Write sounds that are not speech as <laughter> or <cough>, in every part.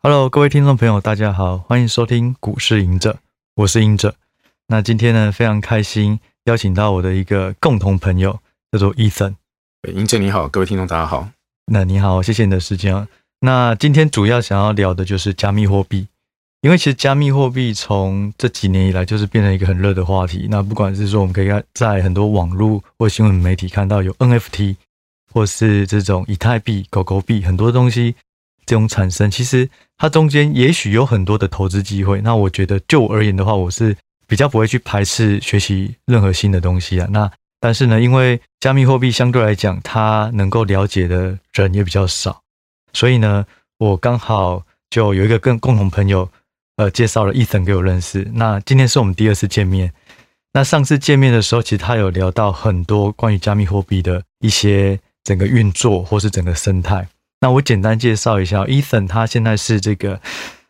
Hello，各位听众朋友，大家好，欢迎收听股市赢者，我是赢者。那今天呢，非常开心邀请到我的一个共同朋友，叫做 Ethan。对，英姐你好，各位听众大家好。那你好，谢谢你的时间啊。那今天主要想要聊的就是加密货币，因为其实加密货币从这几年以来就是变成一个很热的话题。那不管是说我们可以看在很多网络或新闻媒体看到有 NFT，或是这种以太币、狗狗币，很多东西这种产生，其实它中间也许有很多的投资机会。那我觉得就我而言的话，我是比较不会去排斥学习任何新的东西啊。那但是呢，因为加密货币相对来讲，它能够了解的人也比较少，所以呢，我刚好就有一个更共同朋友，呃，介绍了 Ethan 给我认识。那今天是我们第二次见面。那上次见面的时候，其实他有聊到很多关于加密货币的一些整个运作或是整个生态。那我简单介绍一下，Ethan 他现在是这个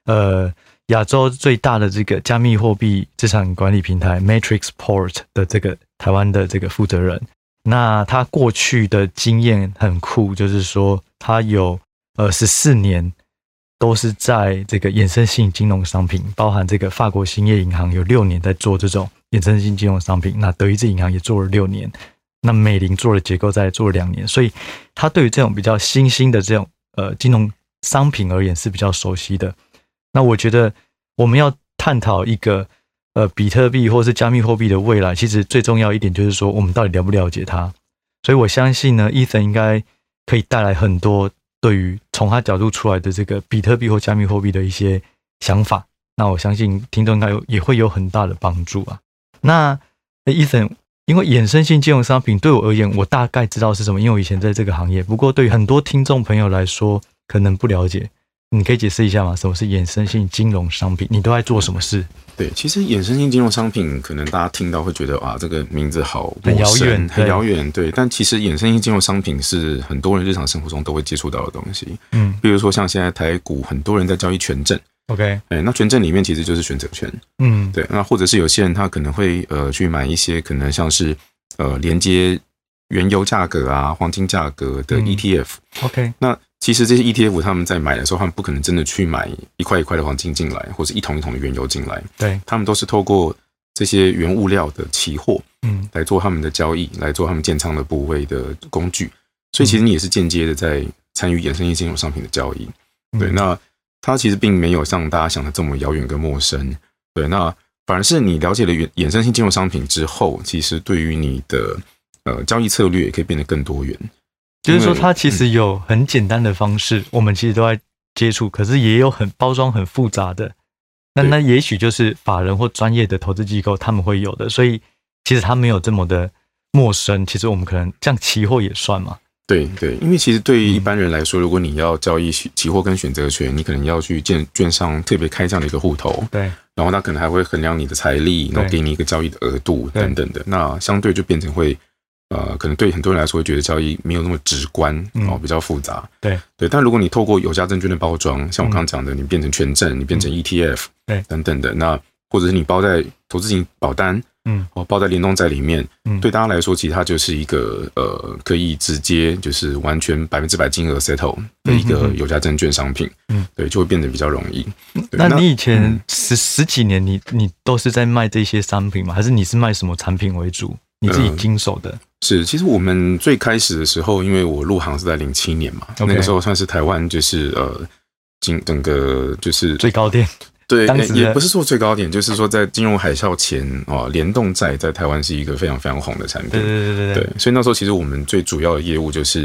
呃亚洲最大的这个加密货币资产管理平台 Matrixport 的这个台湾的这个负责人。那他过去的经验很酷，就是说他有呃十四年都是在这个衍生性金融商品，包含这个法国兴业银行有六年在做这种衍生性金融商品，那德意志银行也做了六年，那美林做了结构债做了两年，所以他对于这种比较新兴的这种呃金融商品而言是比较熟悉的。那我觉得我们要探讨一个呃比特币或是加密货币的未来，其实最重要一点就是说我们到底了不了解它。所以我相信呢，Ethan 应该可以带来很多对于从他角度出来的这个比特币或加密货币的一些想法。那我相信听众应该有也会有很大的帮助啊。那呃 Ethan，因为衍生性金融商品对我而言，我大概知道是什么，因为我以前在这个行业。不过对于很多听众朋友来说，可能不了解。你可以解释一下吗？什么是衍生性金融商品？你都在做什么事？对，其实衍生性金融商品，可能大家听到会觉得啊，这个名字好很陌遥生远很对遥远。对，但其实衍生性金融商品是很多人日常生活中都会接触到的东西。嗯比如说像现在台股，很多人在交易权证， ，OK，哎，那权证里面其实就是选择权。嗯，对，那或者是有些人他可能会呃去买一些可能像是呃连接原油价格啊、黄金价格的 E 嗯 ETF。 ，OK，那其实这些 E ETF 他们在买的时候，他们不可能真的去买一块一块的黄金进来，或者一桶一桶的原油进来，对，他们都是透过这些原物料的期货嗯来做他们的交易，来做他们建仓的部位的工具。所以其实你也是间接的在参与衍生性金融商品的交易。嗯对，那它其实并没有像大家想的这么遥远跟陌生。对，那反而是你了解了衍衍生性金融商品之后，其实对于你的呃交易策略也可以变得更多元。就是说因为它其实有很简单的方式，我们其实都在接触，可是也有很包装很复杂的。那对那也许就是法人或专业的投资机构他们会有的，所以其实它没有这么的陌生。其实我们可能像期货也算嘛，对对，因为其实对于一般人来说，如果你要交易期期货跟选择权，你可能要去券券商特别开这样的一个户头，对，然后他可能还会衡量你的财力，然后对给你一个交易的额度对等等的。那相对就变成会，呃，可能对很多人来说会觉得交易没有那么直观，嗯哦，比较复杂。对对，但如果你透过有价证券的包装，像我刚刚讲的，你变成权证，你变成 ETF，嗯对等等的，那或者是你包在投资型保单，嗯，哦，包在联动在里面，嗯对大家来说，其实它就是一个呃，可以直接就是完全百分之百金额 settle 的一嗯个哼哼有价证券商品，嗯，对，就会变得比较容易。对那你以前嗯十十几年你，你都是在卖这些商品吗？还是你是卖什么产品为主？你自己嗯经手的？是，其实我们最开始的时候，因为我入行是在零七年嘛 OK 那个时候算是台湾就是呃，金整个就是最高点？对，当也时的也不是说最高点，就是说在金融海啸前哦，联动债在台湾是一个非常非常红的产品，对对对对对，所以那时候其实我们最主要的业务就是，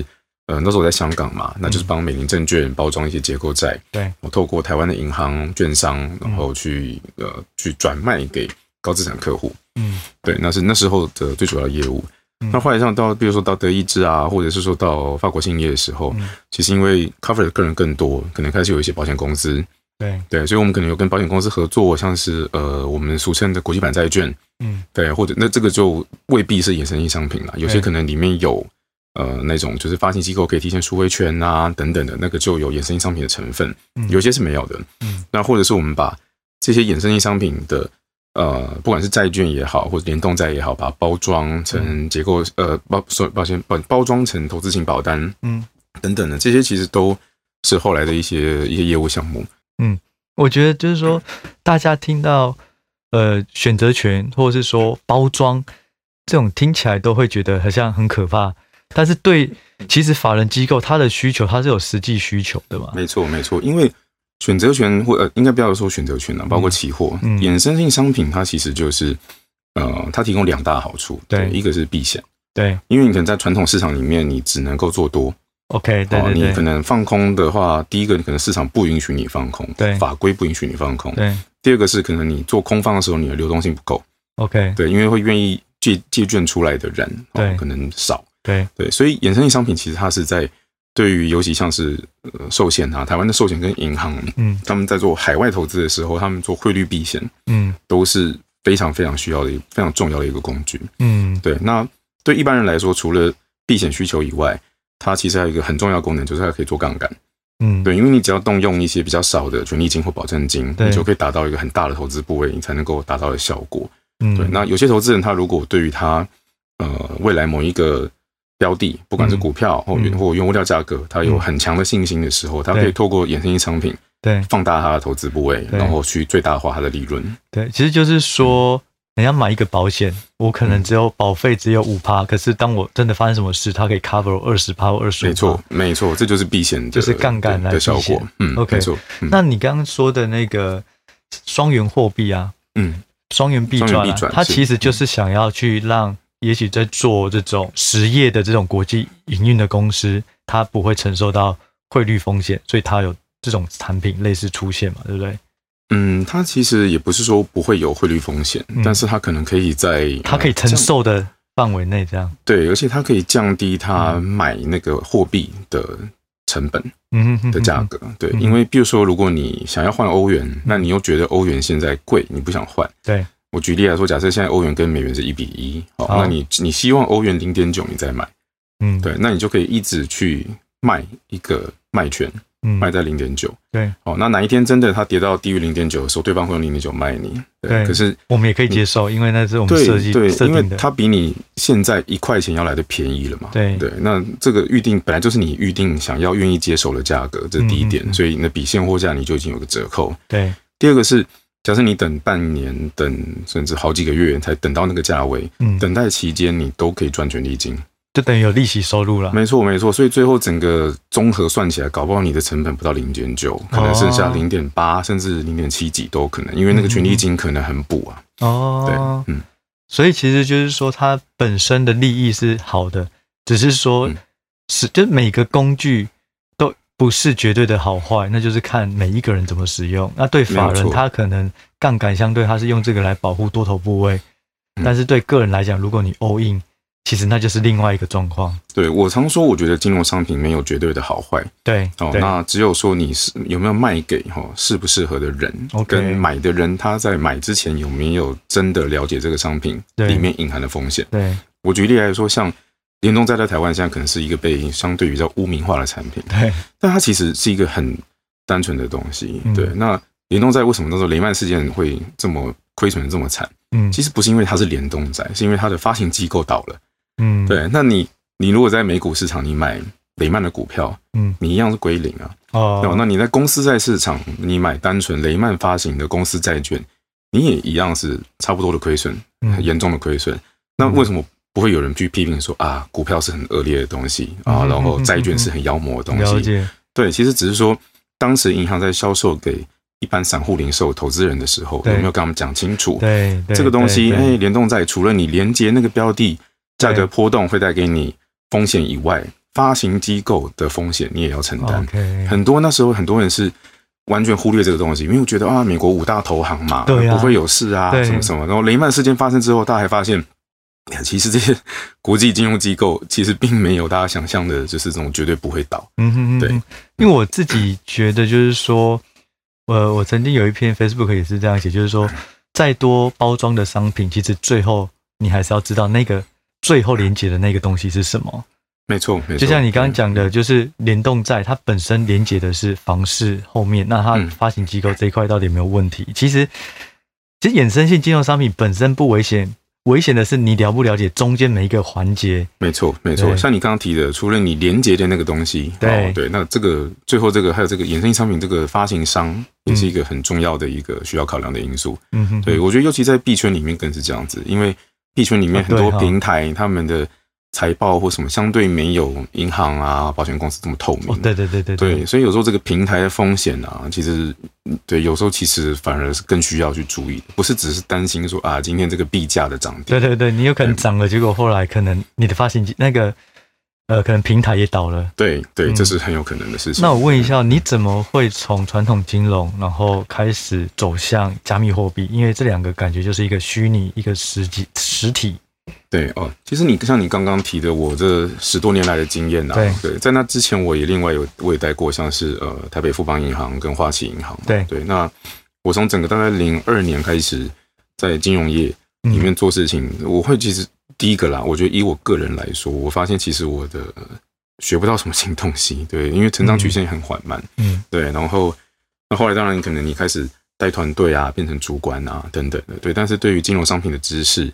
呃，那时候我在香港嘛，那就是嗯帮美林证券包装一些结构债，对我透过台湾的银行、券商，然嗯后去、呃去转卖给高资产客户，嗯对，那是那时候的最主要的业务。嗯那后来像到，比如说到德意志啊，或者是说到法国兴业的时候，嗯其实因为 cover 的个人更多，可能开始有一些保险公司，对，对，所以我们可能有跟保险公司合作，像是呃我们俗称的国际版债券，嗯对，或者那这个就未必是衍生性商品了，有些对可能里面有呃那种就是发行机构可以提前赎回权啊等等的，那个就有衍生性商品的成分，嗯有些是没有的。嗯，那或者是我们把这些衍生性商品的呃，不管是债券也好，或者联动债也好，把它包装嗯成结构、呃包说抱歉包包装成投资型保单嗯等等的，这些其实都是后来的一些一些业务项目。我觉得就是说，大家听到呃选择权或者是说包装这种听起来都会觉得好像很可怕，但是对其实法人机构它的需求它是有实际需求的嘛，没错，没错，因为选择权或呃，应该不要说选择权了，包括期货、嗯衍生性商品，它其实就是呃，它提供两大好处，对一个是避险，对因为你可能在传统市场里面，你只能够做多， ，OK，对哦，你对可对能放空的话，第一个你可能市场不允许你放空，对法规不允许你放空，对第二个是可能你做空方的时候，你的流动性不够， ，OK，对，因为会愿意借借券出来的人，哦对，可能少。对对，所以衍生性商品其实它是在对于尤其像是呃寿险啊，台湾的寿险跟银行，嗯他们在做海外投资的时候，他们做汇率避险嗯都是非常非常需要的一非常重要的一个工具。嗯，对，那对一般人来说，除了避险需求以外，它其实还有一个很重要的功能，就是它可以做杠杆。嗯，对，因为你只要动用一些比较少的权利金或保证金，对你就可以达到一个很大的投资部位，你才能够达到的效果。嗯，对，那有些投资人他如果对于他呃未来某一个标的，不管是嗯股票或原嗯或原物料价格，他有很强的信心的时候，他对可以透过衍生性商品对放大他的投资部位，对然后去最大化他的利润。对，其实就是说，人家买一个保险，我可嗯能只有保费只有五趴，可是当我真的发生什么事，它可以 cover 我二十趴或二十五。没错，，没错，这就是避险的，就是杠杆来的效避险果。嗯 OK 没错。嗯那你刚刚说的那个双元货币啊，嗯，双元币双赚、元啊币，转它是嗯其实就是想要去让，也许在做这种实业的这种国际营运的公司，它不会承受到汇率风险，所以它有这种产品类似出现嘛，对不对？嗯，它其实也不是说不会有汇率风险，嗯但是它可能可以在它可以呃承降受的范围内，这样，对，而且它可以降低嗯它买那个货币的成本。嗯哼哼的价哼，格。对，嗯因为比如说，如果你想要换欧元，那你又觉得欧元现在贵，你不想换。对，我举例来说，假设现在欧元跟美元是一比一，好，好那你你希望欧元零点九你再买，嗯，对，那你就可以一直去卖一个卖权，嗯，卖在零点九。对，哦，那哪一天真的它跌到低于零点九的时候，对方会用零点九卖你。对可是我们也可以接受，因为那是我们设计对嗯对，设因为定的。它比你现在一块钱要来的便宜了嘛。对对，那这个预定本来就是你预定想要愿意接手的价格，这是第一点，嗯嗯嗯所以你的比现货价你就已经有个折扣。对第二个是，假设你等半年，等甚至好几个月才等到那个价位，嗯，等待期间你都可以赚权利金。就等于有利息收入了。没错，没错。所以最后整个综合算起来，搞不好你的成本不到零点九，可能剩下哦嗯零点八甚至零点七几都有可能，因为那个权利金可能很补啊。哦，对，嗯，所以其实就是说，它本身的利益是好的，只是说嗯使就是每个工具都不是绝对的好坏，那就是看每一个人怎么使用。那对法没有人，错他可能杠杆相对他是用这个来保护多头部位，嗯但是对个人来讲，如果你 all in，其实那就是另外一个状况。对我常说，我觉得金融商品没有绝对的好坏，对，哦，对，那只有说你是有没有卖给哦适不适合的人 OK 跟买的人他在买之前有没有真的了解这个商品对里面隐含的风险。对，我举例来说，像联动债在台湾现在可能是一个被相对比较污名化的产品，对，但它其实是一个很单纯的东西。嗯对，那联动债为什么那时候雷曼事件会这么亏损得这么惨？嗯其实不是因为它是联动债，是因为它的发行机构倒了。嗯，，对，那你你如果在美股市场你买雷曼的股票，嗯，你一样是归零啊。对吧哦，那你在公司债市场，你买单纯雷曼发行的公司债券，你也一样是差不多的亏损，很嗯严重的亏损。那为什么不会有人去批评说啊，股票是很恶劣的东西啊，嗯然后债券是很妖魔的了东西？解，对，其实只是说，当时银行在销售给一般散户、零售投资人的时候，对有没有跟他们讲清楚对，对这个东西？对哎、对联动债除了你连接那个标的价格对波动会带给你风险以外，发行机构的风险你也要承哦担。 OK，哎很多那时候很多人是完全忽略这个东西，因为我觉得啊，美国五大投行嘛，对啊不会有事啊，对什么什么。然后雷曼事件发生之后，大家还发现，哎呀其实这些国际金融机构其实并没有大家想象的，就是这种绝对不会倒。嗯哼嗯哼，对，因为我自己觉得就是说，呃，我曾经有一篇 Facebook 也是这样写，就是 <laughs> 说，再多包装的商品，其实最后你还是要知道那个最后连接的那个东西是什么。没错，没错。就像你刚刚讲嗯，的，就是联动债，它本身连接的是房市后面，那它嗯发行机构这一块到底有没有问题？其实，其实衍生性金融商品本身不危险，危险的是你了不了解中间每一个环节。嗯没错，没错。对像你刚刚提的，除了你连接的那个东西，对哦、对，那这个最后这个还有这个衍生性商品这个发行商，也是一个很重要的一个需要考量的因素。嗯哼，对，我觉得尤其在币圈里面更是这样子，因为币圈里面啊很对多哈平台、他们的财报或什么相对没有银行啊、保险公司这么透明。哦，对对对对对，，所以有时候这个平台的风险啊，其实嗯对，有时候其实反而是更需要去注意的，不是只是担心说啊，今天这个币价的涨跌对，对对，你有可能涨了，结果后来可能你的发行机那个呃，可能平台也倒了。对对，嗯这是很有可能的事情。那我问一下，你怎么会从传统金融，然后开始走向加密货币？因为这两个感觉就是一个虚拟，一个实际实体。对哦，其实你像你刚刚提的，我这十多年来的经验呐、啊对在那之前我也另外有我也待过，像是呃台北富邦银行跟花旗银行嘛，对对。那我从整个大概零二年开始在金融业嗯里面做事情，我会其实第一个啦，我觉得以我个人来说，我发现其实我的呃学不到什么新东西，对，因为成长曲线很缓慢，嗯，对，然后那后来当然可能你开始带团队啊，变成主管啊等等的，对，但是对于金融商品的知识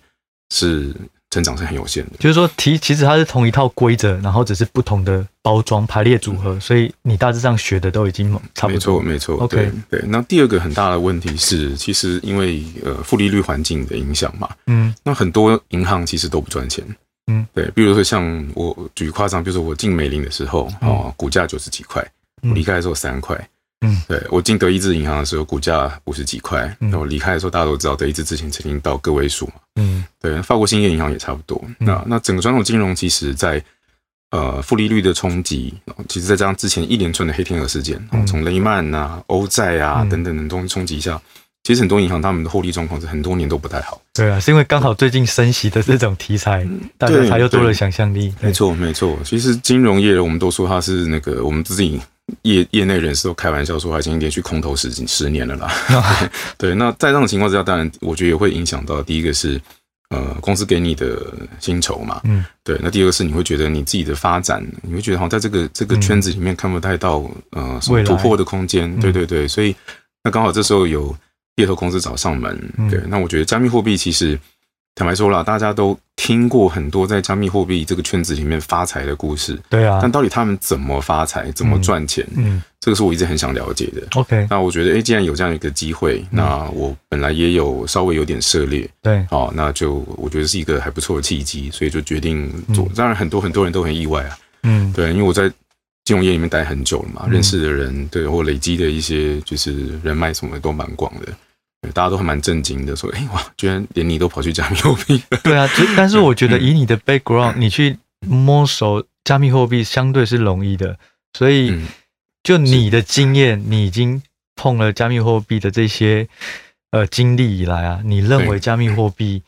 是成长是很有限的，就是说，其其实它是同一套规则，然后只是不同的包装排列组合，所以你大致上学的都已经差不没错多。没错 OK 对对。那第二个很大的问题是，其实因为呃负利率环境的影响嘛，嗯那很多银行其实都不赚钱。嗯，对，比如说像我举夸张，比如说我进美林的时候，嗯哦，股价九十几块，我嗯离开的时候三块。嗯，对我进德意志银行的时候，股价五十几块，嗯那我离开的时候，大家都知道德意志之前曾经到个位数嘛。嗯对，法国兴业银行也差不多。那那整个传统金融其实在，呃负利率的冲击，哦其实再加上之前一连串的黑天鹅事件，哦嗯从雷曼啊、欧债啊嗯等等等东西冲击下，其实很多银行他们的获利状况是很多年都不太好。对啊，是因为刚好最近升息的这种题材，大家嗯对才又多了对想象力。对没，错，没错。其实金融业我们都说它是那个我们自己业业内人士都开玩笑说，它已经连续空头十几十年 <laughs> 了啦。对，那在这种情况之下，当然我觉得也会影响到第一个是呃公司给你的薪酬嘛，嗯，对。那第二个是你会觉得你自己的发展，你会觉得好像在这个这个嗯圈子里面看不太到、呃什么未来嗯突破的空间。对对对，所以那刚好这时候有猎头公司找上门，嗯对。那我觉得加密货币其实。坦白说啦，大家都听过很多在加密货币这个圈子里面发财的故事，对啊但，到底他们怎么发财、怎么赚钱，嗯这个是我一直很想了解的。 ，OK，那我觉得，诶，既然有这样一个机会，那嗯我本来也有稍微有点涉猎，对，哦，那就我觉得是一个还不错的契机，所以就决定做。当然，很多很多人都很意外啊，嗯对，因为我在金融业里面待很久了嘛，嗯认识的人，对我累积的一些就是人脉什么的都蛮广的，对大家都还蛮震惊的，说，诶，哇，居然连你都跑去加密货币 <laughs> 了，对啊，只但是我觉嗯得以你的 background，你去摸熟加密货币相对是容易的，所以嗯就你的经验，你已经碰了加密货币的这些呃经历以来啊，你认为对加密货币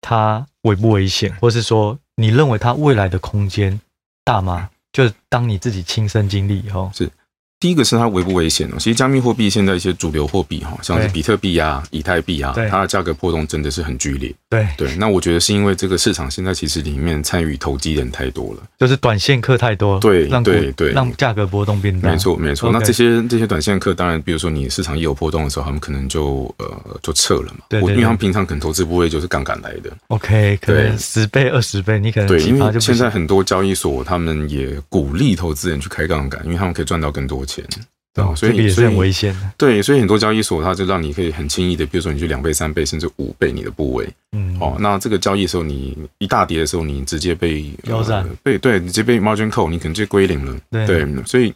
它危不危险，或是说你认为它未来的空间大吗？就是当你自己亲身经历以后，第一个是它危不危险哦？其实加密货币现在一些主流货币哈，像是对比特币啊、以太币啊对，它的价格波动真的是很剧烈。对，对，那我觉得是因为这个市场现在其实里面参与投机人太多了。就是短线客太多，对让股对对让价格波动变大，嗯没错，没错。那 OK 这些这些短线客，当然，比如说你市场一有波动的时候，他们可能就呃就撤了嘛。对对我对因为他们平常可能投资不会就是杠杆来的。 ，OK，可能对十倍二十倍，你可能对，几因趴就为不现行在很多交易所他们也鼓励投资人去开杠杆，因为他们可以赚到更多钱。对啊，哦这所个以也所是很以危险的。对，所以很多交易所它就让你可以很轻易的，比如说你去两倍、三倍，甚至五倍你的部位嗯，哦。那这个交易的时候，你一大跌的时候，你直接被腰斩，对对，你直接被 margin call，你可能就归零了。对对，所以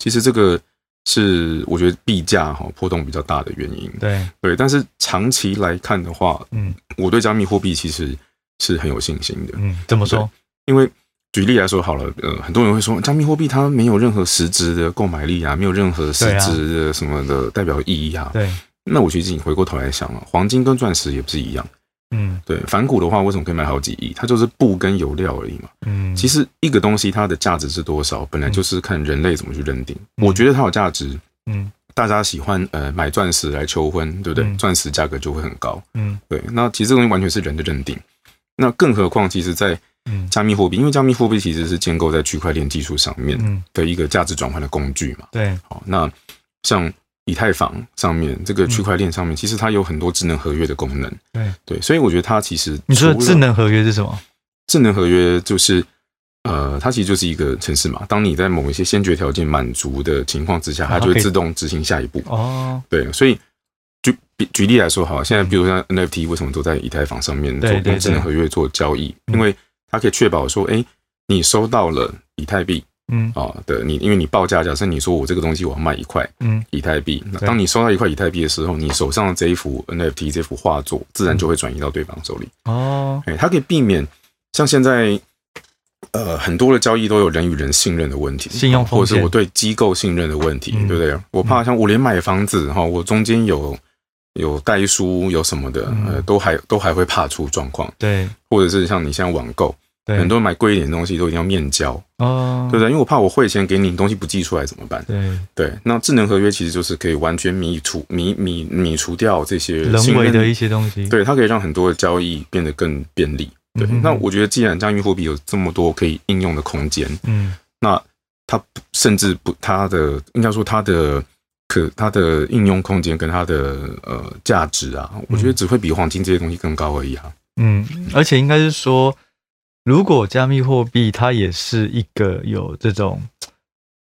其实这个是我觉得币价哈、波动比较大的原因。对，对，但是长期来看的话，嗯我对加密货币其实是很有信心的，嗯，怎么说？因为。举例来说好了，呃，很多人会说加密货币它没有任何实质的购买力啊，没有任何实对啊质的什么的代表意义啊。对，那我其实你回过头来想啊，黄金跟钻石也不是一样。嗯对，反骨的话，为什么可以卖好几亿？它就是布跟油料而已嘛。嗯，其实一个东西它的价值是多少，本来就是看人类怎么去认定。嗯我觉得它有价值，嗯大家喜欢呃买钻石来求婚，对不对嗯？钻石价格就会很高。嗯对，那其实这东西完全是人的认定。那更何况，其实，在嗯加密货币，因为加密货币其实是建构在区块链技术上面嗯，的一个价值转换的工具嘛。哦对，好，那像以太坊上面这个区块链上面，其实它有很多智能合约的功能。嗯对对，所以我觉得它其实你说的除了智能合约是什么？智能合约就是，呃，它其实就是一个城市嘛。当你在某一些先决条件满足的情况之下，啊它它就会可以自动执行下一步。哦，对，所以举比举例来说，好，现在比如像 NFT 为什么都在以太坊上面做对对用智能对合约做交易？嗯因为它可以确保说，哎、你收到了以太币嗯啊、的你，因为你报价，假设你说我这个东西我要卖一块嗯，以太币，那对当你收到一块以太币的时候，你手上的这一幅 NFT 这幅画作，自然就会转移到对方手里。哦，哎、它可以避免像现在呃很多的交易都有人与人信任的问题，信用风或者是险我对机构信任的问题，嗯对不对？我怕像我连买房子哈，我中间有有代书有什么的，嗯呃，都还都还会怕出状况，对或者是像你现在网购，对，很多人买贵一点的东西都一定要面交，哦，对不对？因为我怕我汇钱给你，你东西不寄出来怎么办？对对，那智能合约其实就是可以完全米除米米米除掉这些信人为任的一些东西，对，它可以让很多的交易变得更便利。对，嗯哼那我觉得既然加密货币有这么多可以应用的空间，嗯，那它不甚至不它的应该说它的可它的应用空间跟它的呃价值啊，我觉得只会比黄金这些东西更高而已啊。嗯，而且应该是说，如果加密货币它也是一个有这种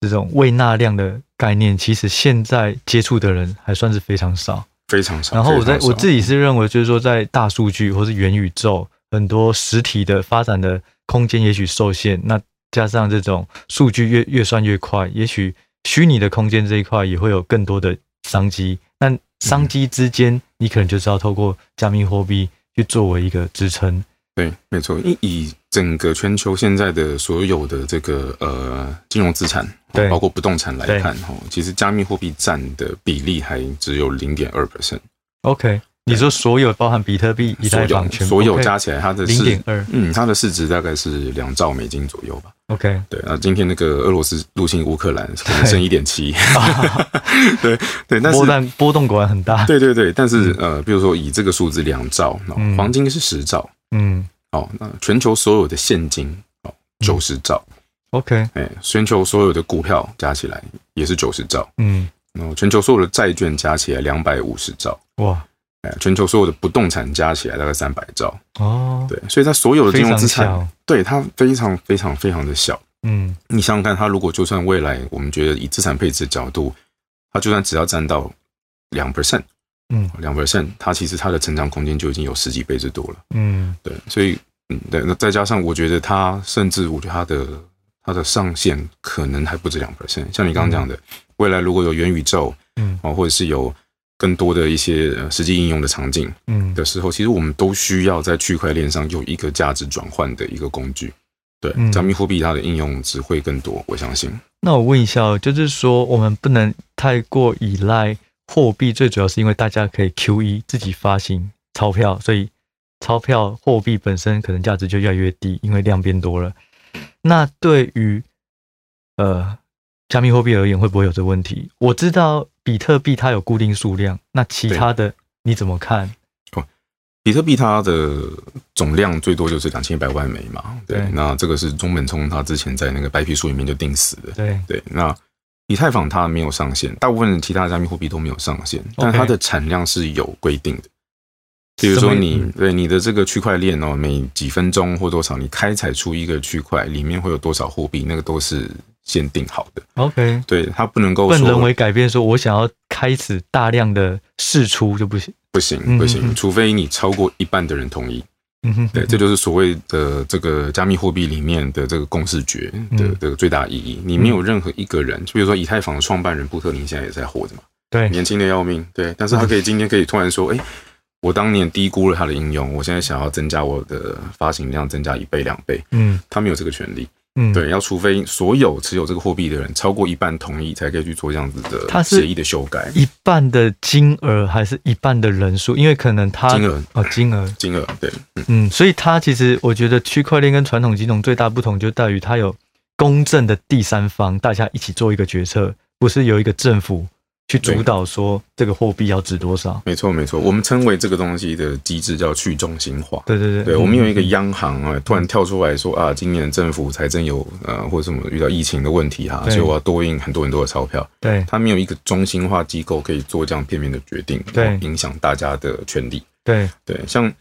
这种未纳量的概念，其实现在接触的人还算是非常少。非常少。然后我非常在我少自己是认为，就是说在大数据或是元宇宙很多实体的发展的空间也许受限，那加上这种数据越越算越快，也许虚拟的空间这一块也会有更多的商机。那商嗯机之间，你可能就是要透过加密货币去作为一个支撑。对，没错，因以整个全球现在的所有的这个呃金融资产，对包括不动产来对看，哈，其实加密货币占的比例还只有零点二 percent。 OK，你说所有包含比特币、以所太坊有全部所有加起来，它的零市点二嗯，它的市值大概是两兆美金左右吧。 ，OK，对，那今天那个俄罗斯入侵乌克兰，可能剩一点七。 <laughs> 对对，但波是动波动果然很大。对对对，但是呃，比如说以这个数字两兆，那嗯黄金是十兆，嗯哦，那全球所有的现金哦九十兆， ，OK，哎，全球所有的股票加起来也是九十兆，嗯，然后全球所有的债券加起来两百五十兆，哇，哎，全球所有的不动产加起来大概三百兆，哦，对，所以它所有的非金融常资产，小，对它非常非常非常的小。嗯你想想看，它如果就算未来我们觉得以资产配置的角度，它就算只要占到两 percent，嗯两 percent，它其实它的成长空间就已经有十几倍之多了。嗯。对，所以嗯，对，那再加上我觉得它，甚至我觉得它的它的上限可能还不止两 percent。像你刚刚讲的，未来如果有元宇宙，嗯啊，或者是有更多的一些呃实际应用的场景嗯，的时候，其实我们都需要在区块链上有一个价值转换的一个工具。对，嗯加密货币它的应用只会更多，我相信。那我问一下哦，就是说我们不能太过依赖货币，最主要是因为大家可以 Q E 自己发行钞票，所以钞票货币本身可能价值就越来越低，因为量变多了。那对于呃加密货币而言，会不会有这问题？我知道比特币它有固定数量，那其他的你怎么看？比特币它的总量最多就是两千一百万枚嘛，对，对那这个是中本聪他之前在那个白皮书里面就定死的，对，对，那以太坊它没有上限，大部分其他加密货币都没有上限，但它的产量是有规定的。比如说什你么嗯意对你的这个区块链哦，每几分钟或多少，你开采出一个区块，里面会有多少货币，那个都是限定好的。 OK，对，它不能够不能人说为改变，说我想要开始大量的试出就不行。不行嗯不嗯行，嗯除非你超过一半的人同意。嗯哼，对，这就是所谓的这个加密货币里面的这个共识决的嗯的最大意义。你没有任何一个人，就比如说以太坊的创办人布特林现在也在活着嘛。对，年轻的要命，对，但是他可以今天可以突然说，哎、嗯我当年低估了它的应用，我现在想要增加我的发行量，增加一倍两倍，嗯他没有这个权利，嗯，对，要除非所有持有这个货币的人超过一半同意，才可以去做这样子它的是协议的修改一半的金额还是一半的人数？因为可能它金额哦，金额，金额，对，嗯，所以它其实我觉得区块链跟传统金融最大不同就在于它有公正的第三方，大家一起做一个决策，不是由一个政府去主导说这个货币要值多少。没错没错，我们称为这个东西的机制叫去中心化。对对对，嗯对，我们有一个央行啊，突然跳出来说啊，今年政府财政有呃或者什么遇到疫情的问题哈、啊对所以我要多印很多很多的钞票。对它没有一个中心化机构可以做这样片面的决定，对然后影响大家的权利。对对，像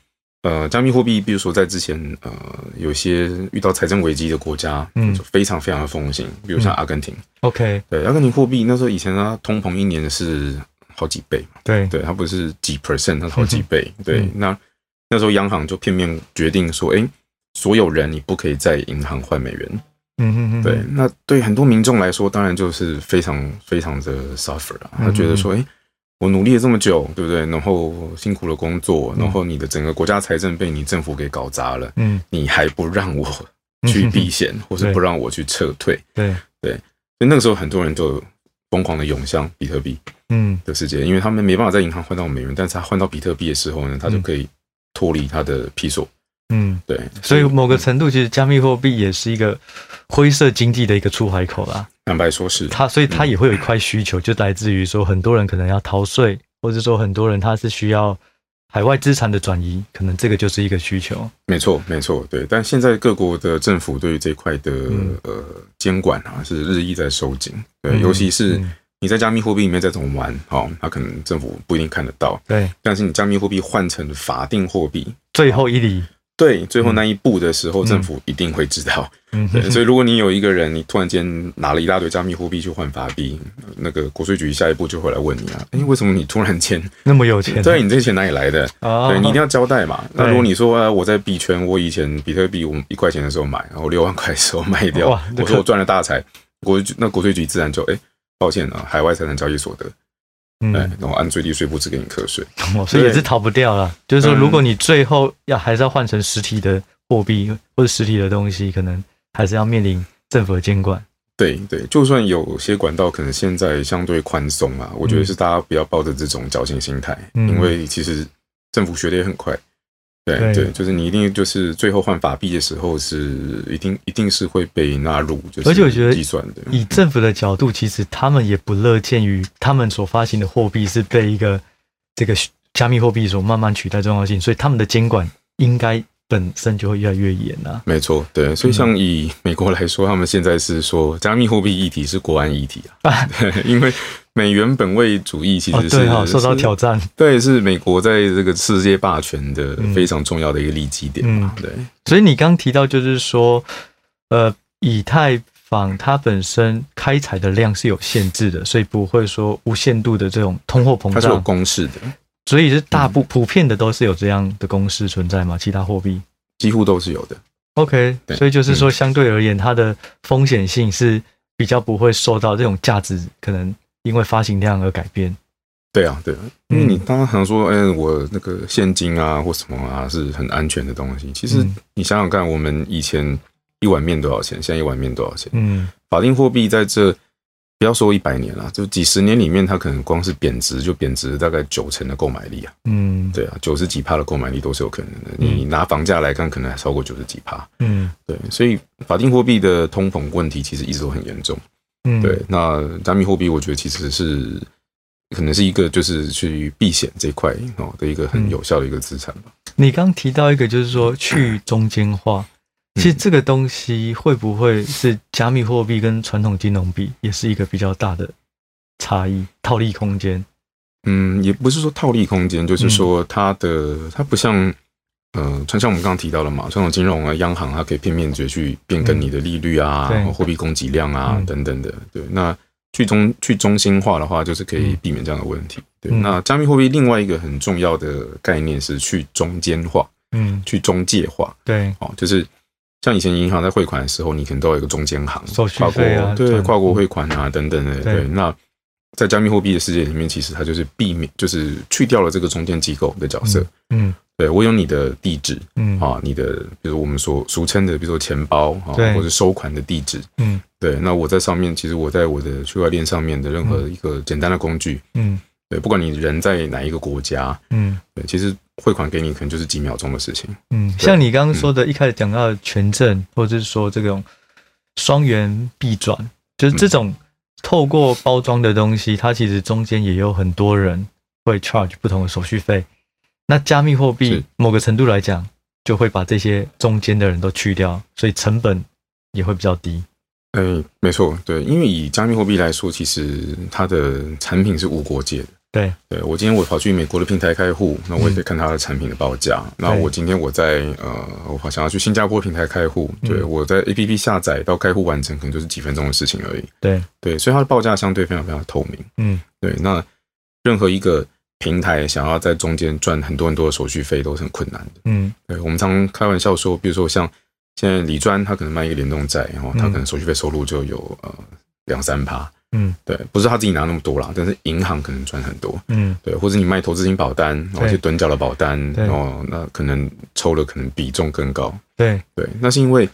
呃加密货币，比如说在之前呃有些遇到财政危机的国家，嗯就非常非常的风行，比如像阿根廷， ，OK，对，阿根廷货币那时候以前它通膨一年是好几倍嘛，对对，它不是几 percent，它是好几倍，对嗯，那那时候央行就片面决定说，哎、所有人你不可以在银行换美元，嗯嗯嗯，对，那对很多民众来说，当然就是非常非常的 suffer 啊，他觉得嗯说，哎、我努力了这么久，对不对？然后辛苦了工作，然后你的整个国家财政被你政府给搞砸了，嗯，你还不让我去避险，或是对不让我去撤退，对，所以那个时候很多人就疯狂的涌向比特币嗯的世界，因为他们没办法在银行换到美元，但是他换到比特币的时候呢，他就可以脱离他的披索，嗯，对，所以某个程度，其实加密货币也是一个灰色经济的一个出海口啦。坦白说是它所以它也会有一块需求，就来自于说很多人可能要逃税，或者说很多人他是需要海外资产的转移，可能这个就是一个需求。没错，没错，对。但现在各国的政府对于这块的、嗯呃监管啊，是日益在收紧。对，嗯尤其是嗯你在加密货币里面再怎么玩，哦，它可能政府不一定看得到。对，但是你加密货币换成法定货币，最后一里，对，最后那一步的时候，嗯政府一定会知道。嗯，对，所以如果你有一个人，你突然间拿了一大堆加密货币去换法币，那个国税局下一步就会来问你啊，嗯诶，为什么你突然间那么有钱，对你这些钱哪里来的？啊，对你一定要交代嘛。那对如果你说呃，我在币圈，我以前比特币我一块钱的时候买，然后六万块的时候卖掉哇，这我个说我赚了大财，国那国税局自然就哎、抱歉啊，海外财产交易所得，哎、嗯，然后按最低税负制给你课税。哦所以也是逃不掉了。就是说，嗯如果你最后要还是要换成实体的货币或者实体的东西，可能还是要面临政府的监管。对对，就算有些管道可能现在相对宽松啊，我觉得是大家不要抱着这种侥幸心态，嗯因为其实政府学的也很快。对对对就是你一定就是最后换法币的时候是一定一定是会被纳入，就是而且我觉得计算的，以政府的角度，其实他们也不乐见于他们所发行的货币是被一个这个加密货币所慢慢取代重要性，所以他们的监管应该本身就会越来越严啊。没错，对，所以像以美国来说，他们现在是说加密货币议题是国安议题啊， <laughs> 对因为美元本位主义其哦，实是、对哈、受到挑是战，对，是美国在这个世界霸权的嗯非常重要的一个利基点嘛，对，所以你刚提到就是说，呃，以太坊它本身开采的量是有限制的，所以不会说无限度嗯的这种通货膨它是有胀，公式的，所以是大部普遍的都是有这样的公式存在嘛，其他货币。几乎都是有的， OK，对嗯所以就是说，相对而言，它的风险性是比较不会受到这种价值可能因为发行量而改变。对啊，对啊，因为你刚刚常说，嗯、我那个现金啊或什么啊是很安全的东西，其实嗯你想想看，我们以前一碗面多少钱，现在一碗面多少钱？嗯，法定货币在这不要说一百年了，就几十年里面，它可能光是贬值就贬值大概九成的购买力啊，嗯，对啊，九十几趴的购买力都是有可能的。嗯你拿房价来看，可能还超过九十几趴。嗯，对，所以法定货币的通膨问题其实一直都很严重。嗯，对，，那加密货币我觉得其实是可能是一个就是去避险这块哦的一个嗯很有效的一个资产吧。你刚提到一个，就是说去中间化，嗯其实这个东西会不会是加密货币跟传统金融币也是一个比较大的差异，套利空间？嗯，也不是说套利空间，嗯就是说它的、它不像呃，像像我们刚刚提到了嘛，传统金融啊、央行它可以片面决去变更你的利率嗯啊、对然后货币供给量啊、嗯等等的。对，那去中去中心化的话，就是可以嗯避免这样的问题。对，嗯那加密货币另外一个很重要的概念是去中间化、嗯，去中介化对，哦，就是。像以前银行在汇款的时候，你可能都有一个中间行，手续跨国费啊对转跨国汇款啊等等的，对对。那在加密货币的世界里面，其实它就是避免，就是去掉了这个中间机构的角色。嗯对我有你的地址嗯，，啊，你的比如我们所俗称的，比如说钱包啊，对或者收款的地址。嗯对，那我在上面，其实我在我的区块链上面的任何一个简单的工具，嗯对，不管你人在哪一个国家，嗯对，其实汇款给你可能就是几秒钟的事情。嗯，对嗯像你刚刚说的，一开始讲嗯到的权证，或者是说这种双元币转，就是这种透过包装的东西，它其实中间也有很多人会 charge 不同的手续费。那加密货币是某个程度来讲，就会把这些中间的人都去掉，所以成本也会比较低。哎、没错，对，因为以加密货币来说，其实它的产品是无国界的。对，对我今天我跑去美国的平台开户，那我也可以看它的产品的报价。那我今天我在呃，我好想要去新加坡平台开户，对、嗯我在 APP 下载到开户完成，可能就是几分钟的事情而已。对，对，所以它的报价相对非常非常透明。嗯，对，那任何一个平台想要在中间赚很多很多的手续费都是很困难的。嗯，对，我们常开玩笑说，比如说像现在李专，他可能卖一个联动债，然后他嗯可能手续费收入就有呃两三趴，嗯，对，不是他自己拿那么多啦，但是银行可能赚很多，嗯，对，或者你卖投资型保单，然后对一些趸缴的保单，对然后那可能抽的可能比重更高，对，对，那是因为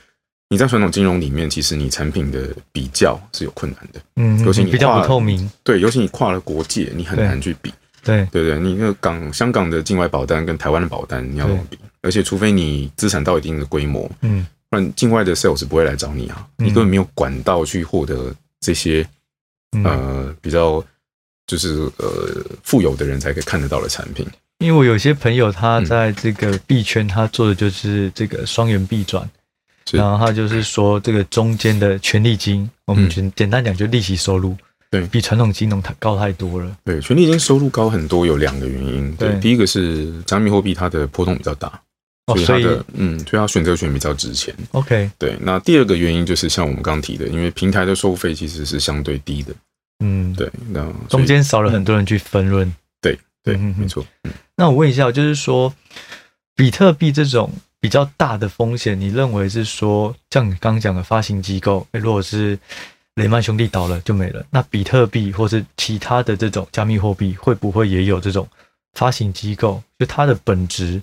你在传统金融里面，其实你产品的比较是有困难的，嗯，尤其你比较跨不透明。对，尤其你跨了国界，你很对难去比，对，对对，你那个港香港的境外保单跟台湾的保单你要怎么比？而且除非你资产到一定的规模，嗯，不然境外的 sales 不会来找你啊，嗯你根本没有管道去获得这些嗯呃比较就是呃富有的人才可以看得到的产品。因为我有些朋友他嗯在这个币圈，他做的就是这个双元币转，是然后他就是说这个中间的权利金，我们简简单讲就利息收入，嗯对比传统金融它高太多了。对，权利金收入高很多有两个原因，对，对第一个是加密货币它的波动比较大，哦，它所以的嗯，所以它选择权比较值钱。 OK，对，那第二个原因就是像我们刚刚提的，因为平台的收费其实是相对低的，嗯，对，那所以中间少了很多人去分论。对，嗯嗯嗯没错。那我问一下，就是说，比特币这种比较大的风险，你认为是说，像你刚刚讲的发行机构，诶如果是雷曼兄弟倒了就没了，那比特币或是其他的这种加密货币，会不会也有这种发行机构？就它的本质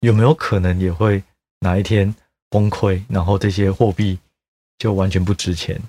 有没有可能也会哪一天崩溃，然后这些货币就完全不值钱？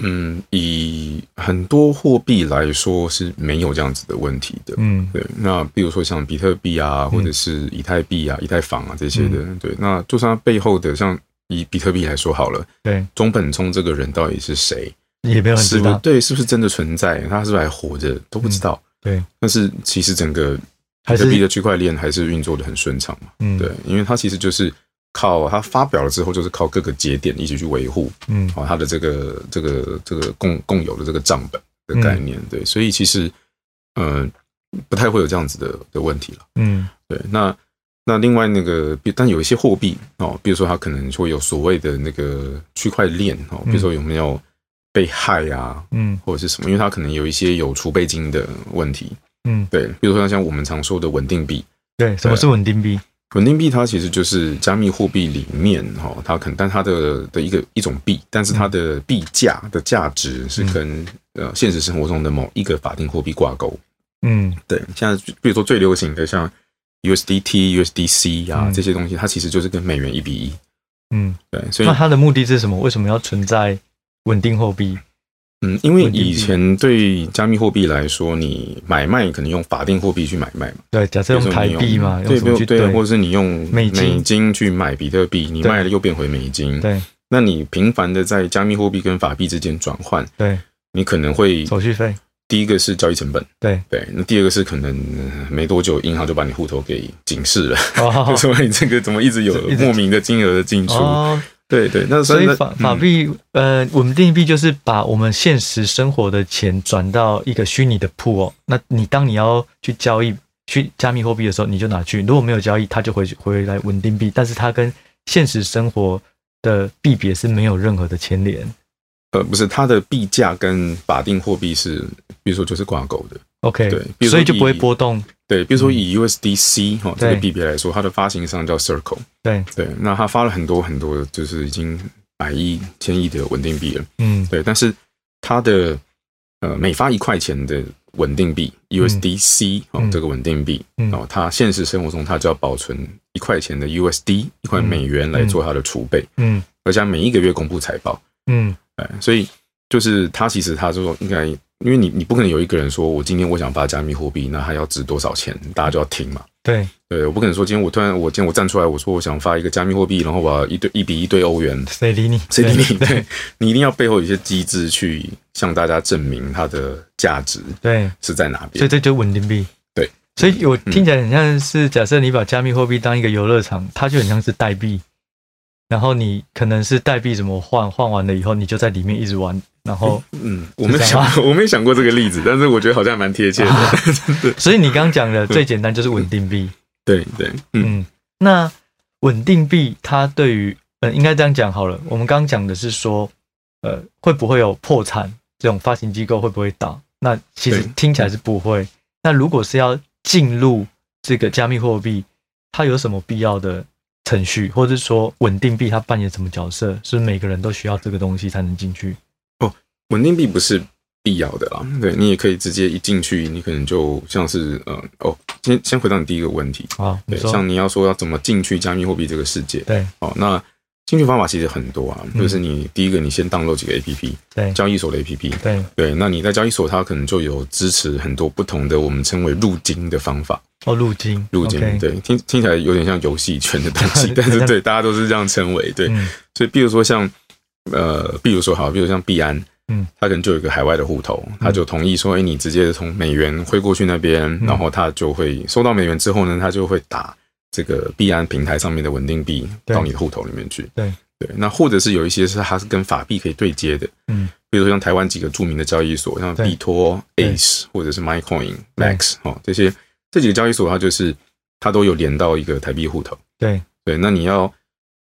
嗯，以很多货币来说是没有这样子的问题的。嗯对，那比如说像比特币啊，或者是以太币啊、以太坊啊这些的，嗯对，那就算它背后的像以比特币来说好了，对，中本聪这个人到底是谁，也没有人是知不是道。嗯对，是不是真的存在，他是不是还活着都不知道。对，但是其实整个还比是特币的区块链还是运作的很顺畅嘛，嗯，对，，因为它其实就是靠它发表了之后，就是靠各个节点一起去维护，嗯哦，它的这个这个这个共共有的这个账本的概念，对，所以其实呃不太会有这样子的的问题了。嗯对，那那另外那个，比但有一些货币哦，比如说它可能会有所谓的那个区块链哦，比如说有没有被害啊，嗯或者是什么，因为它可能有一些有储备金的问题。嗯，对，比如说像我们常说的稳定币，对，什么是稳定币？稳定币它其实就是加密货币里面哈，哦它可能但它的的一个一种币，但是它嗯的币价的价值是跟、呃现实生活中的某一个法定货币挂钩。嗯对，现在比如说最流行的像 USDT、USDC 啊、嗯这些东西，它其实就是跟美元一比一。嗯。对，所以那它的目的是什么？为什么要存在稳定货币？嗯，因为稳定币以前对加密货币来说，你买卖可能用法定货币去买卖嘛。对，假设用台币嘛，用对什么去对对，或对？者是你用美金去买比特币，你对卖了又变回美金。对那你频繁的在加密货币跟法币之间转换，对，你可能会手续费，第一个是交易成本，对，对，那第二个是可能呃没多久银行就把你户头给警示了，哦 <laughs> <laughs> 就说你这个怎么一直有 <laughs> 一直莫名的金额的进出？哦，对对，那所以那法嗯法币呃，稳定币就是把我们现实生活的钱转到一个虚拟的铺哦。那你当你要去交易去加密货币的时候，你就拿去；如果没有交易，它就回回来稳定币，但是它跟现实生活的币别是没有任何的牵连。呃不是它的币价跟法定货币是，比如说就是挂钩的， OK，对比如说所以就不会以波动。对，比如说以 USDC 哈、哦、这嗯对个币别来说，它的发行商叫 Circle，对，对，那它发了很多很多，就是已经百亿、千亿的稳定币了。嗯对，但是它的呃每发一块钱的稳定币 USDC 哦，嗯这个稳定币嗯哦，它现实生活中它就要保存一块钱的 USD 一块美元来做它的储备，嗯而且它每一个月公布财报，嗯，哎，所以就是它其实它就说应该。因为你你不可能有一个人说我今天我想发加密货币，那它要值多少钱，大家就要听嘛。对，对，我不可能说今天我突然我今天我站出来，我说我想发一个加密货币，然后我要一对一比一对欧元，谁理你？谁理 <laughs> 你？对对你一定要背后有一些机制去向大家证明它的价值对，是在哪所以边。这就是稳定币。对，所以我听起来很像是，假设你把加密货币当一个游乐场，它就很像是代币，然后你可能是代币怎么换，换完了以后你就在里面一直玩，然后，嗯，我没有是这样啊想过，我没有想过这个例子，但是我觉得好像蛮贴切的。所以你刚刚讲的最简单就是稳定币。对对，嗯，嗯，那稳定币它对于，呃，应该这样讲好了。我们刚刚讲的是说，呃，会不会有破产这种发行机构会不会倒？那其实对听起来是不会。那如果是要进入这个加密货币，它有什么必要的程序，或者是说稳定币它扮演什么角色？是不是每个人都需要这个东西才能进去？稳定币不是必要的啦。对你也可以直接一进去，你可能就像是呃哦，先先回到你第一个问题，啊，你对，说像你要说要怎么进去加密货币这个世界，对哦，那进去方法其实很多啊，嗯就是你第一个你先 download 几个 APP，对交易所的 APP，对对，那你在交易所它可能就有支持很多不同的我们称为入金的方法，哦，入金入金 OK，对，听听起来有点像游戏圈的东 <laughs> 西，但是对大家都是这样称为，对，嗯所以比如说像呃，比如说好，比如像币安。嗯，他可能就有一个海外的户头，他就同意说，哎、你直接从美元汇过去那边，嗯然后他就会收到美元之后呢，他就会打这个币安平台上面的稳定币对到你的户头里面去。对对，那或者是有一些是它是跟法币可以对接的，嗯，比如说像台湾几个著名的交易所，像对币托、对 Ace 或者是 MyCoin、对 Max 哦，这些这几个交易所，它就是它都有连到一个台币户头。对对，那你要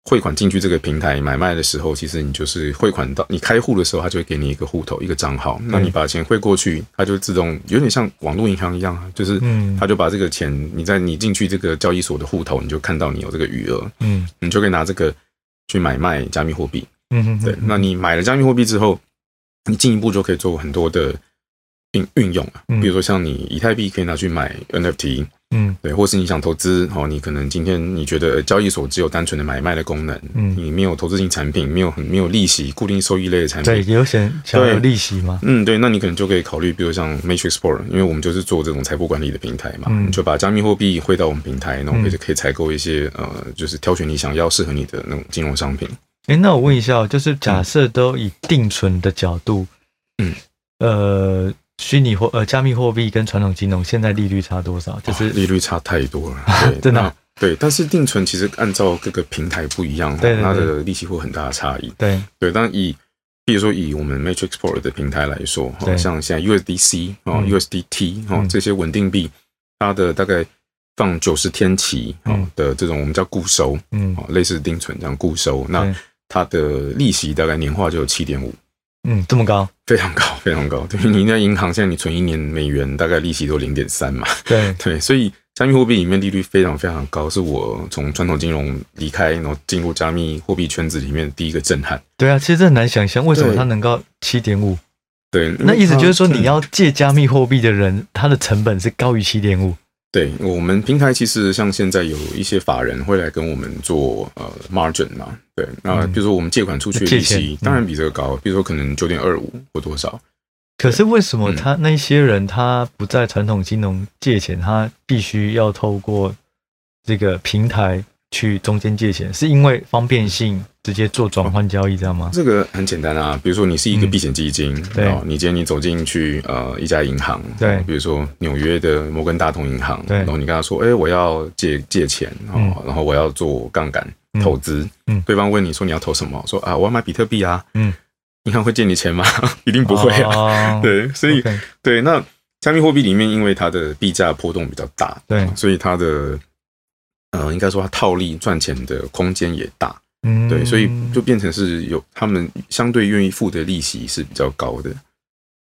汇款进去这个平台买卖的时候，其实你就是汇款到你开户的时候，它就会给你一个户头一个账号，嗯那你把钱汇过去，它就自动有点像网络银行一样啊，就是嗯它就把这个钱你在你进去这个交易所的户头，你就看到你有这个余额，嗯你就可以拿这个去买卖加密货币。嗯嗯，对，那你买了加密货币之后，你进一步就可以做很多的运运用啊，嗯比如说像你以太币可以拿去买 NFT，嗯对，或是你想投资哦，你可能今天你觉得呃交易所只有单纯的买卖的功能，嗯你没有投资型产品，没有很没有利息、固定收益类的产对，品。有想想要有对利息吗？嗯，对，那你可能就可以考虑，比如像 Matrix p o r t 因为我们就是做这种财富管理的平台嘛，嗯你就把加密货币汇到我们平台，然后可以嗯可以采购一些呃，就是挑选你想要适合你的那种金融商品。哎，那我问一下哦，就是假设都以定存的角度，嗯，呃，虚拟货呃加密货币跟传统金融现在利率差多少？就是、哇利率差太多 <laughs> 了，对，真的那对，但是定存其实按照各个平台不一样，哦对对对它的利息会有很大的差异。对对，但以比如说以我们 Matrix Port 的平台来说，对哦、像现在 USDC 哦、嗯 USDT 哦、嗯这些稳定币，它的大概放九十天期哦、嗯的这种我们叫固收嗯哦，类似定存这样固收，那对它的利息大概年化就有七点五。嗯这么高，非常高，非常高。对，你在银行现在你存一年美元，大概利息都零点三嘛。对对，所以加密货币里面利率非常非常高，是我从传统金融离开，然后进入加密货币圈子里面的第一个震撼。对啊，其实这很难想象为什么对它能高七点五。对，那意思就是说，嗯你要借加密货币的人，他的成本是高于七点五。对我们平台其实像现在有一些法人会来跟我们做呃 margin 嘛，对，那嗯比如说我们借款出去的利借钱息嗯，当然比这个高，比如说可能九点二五或多少，可是为什么嗯他那些人他不在传统金融借钱，他必须要透过这个平台去中间借钱？是因为方便性，直接做转换交易，这样吗？这个很简单啊，比如说你是一个嗯避险基金，对哦，你今天你走进去呃一家银行，哦对比如说纽约的摩根大通银行，对然后你跟他说，哎、我要借借钱，哦，然后我要做杠杆嗯投资，嗯对方问你说你要投什么，说啊我要买比特币啊，嗯，银行会借你钱吗？ <laughs> 一定 <laughs> 不会啊，啊对，所以 OK，对那加密货币里面，因为它的币价波动比较大，对所以它的呃应该说它套利赚钱的空间也大，嗯对，所以就变成是有他们相对愿意付的利息是比较高的，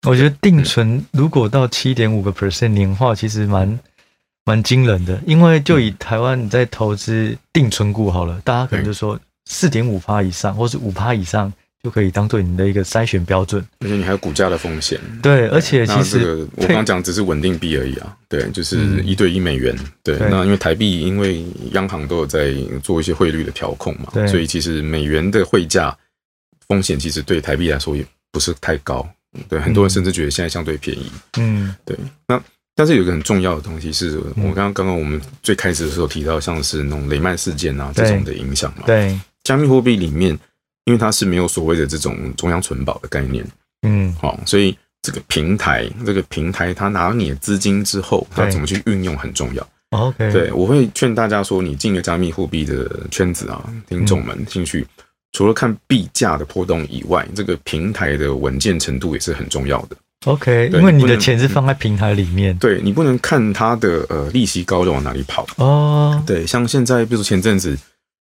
我觉得定存如果到七点五个 percent 年化，其实蛮蛮惊人的。因为就以嗯台湾你在投资定存股好了，大家可能就说四点五趴以上，或是五趴以上就可以当做你的一个筛选标准。而且你还有股价的风险。对，而且其那这实个我刚刚讲只是稳定币而已啊，对，就是嗯一对一美元，对。对那因为台币，因为央行都有在做一些汇率的调控嘛对，所以其实美元的汇价风险其实对台币来说也不是太高，对，很多人甚至觉得现在相对便宜。嗯，对，那但是有一个很重要的东西是，嗯我刚刚刚刚我们最开始的时候提到，像是那种雷曼事件啊这种的影响嘛。对，加密货币里面，因为它是没有所谓的这种中央存保的概念，嗯，哦，所以这个平台，这个平台它拿你的资金之后，它对怎么去运用很重要。 OK，哦对，我会劝大家说，你进了加密货币的圈子嗯啊，听众们进去，除了看币价的波动以外，这个平台的稳健程度也是很重要的。 ，OK，对因为你不的能嗯钱是放在平台里面对你不能看它的呃利息高就往哪里跑。哦，对，像现在，比如前阵子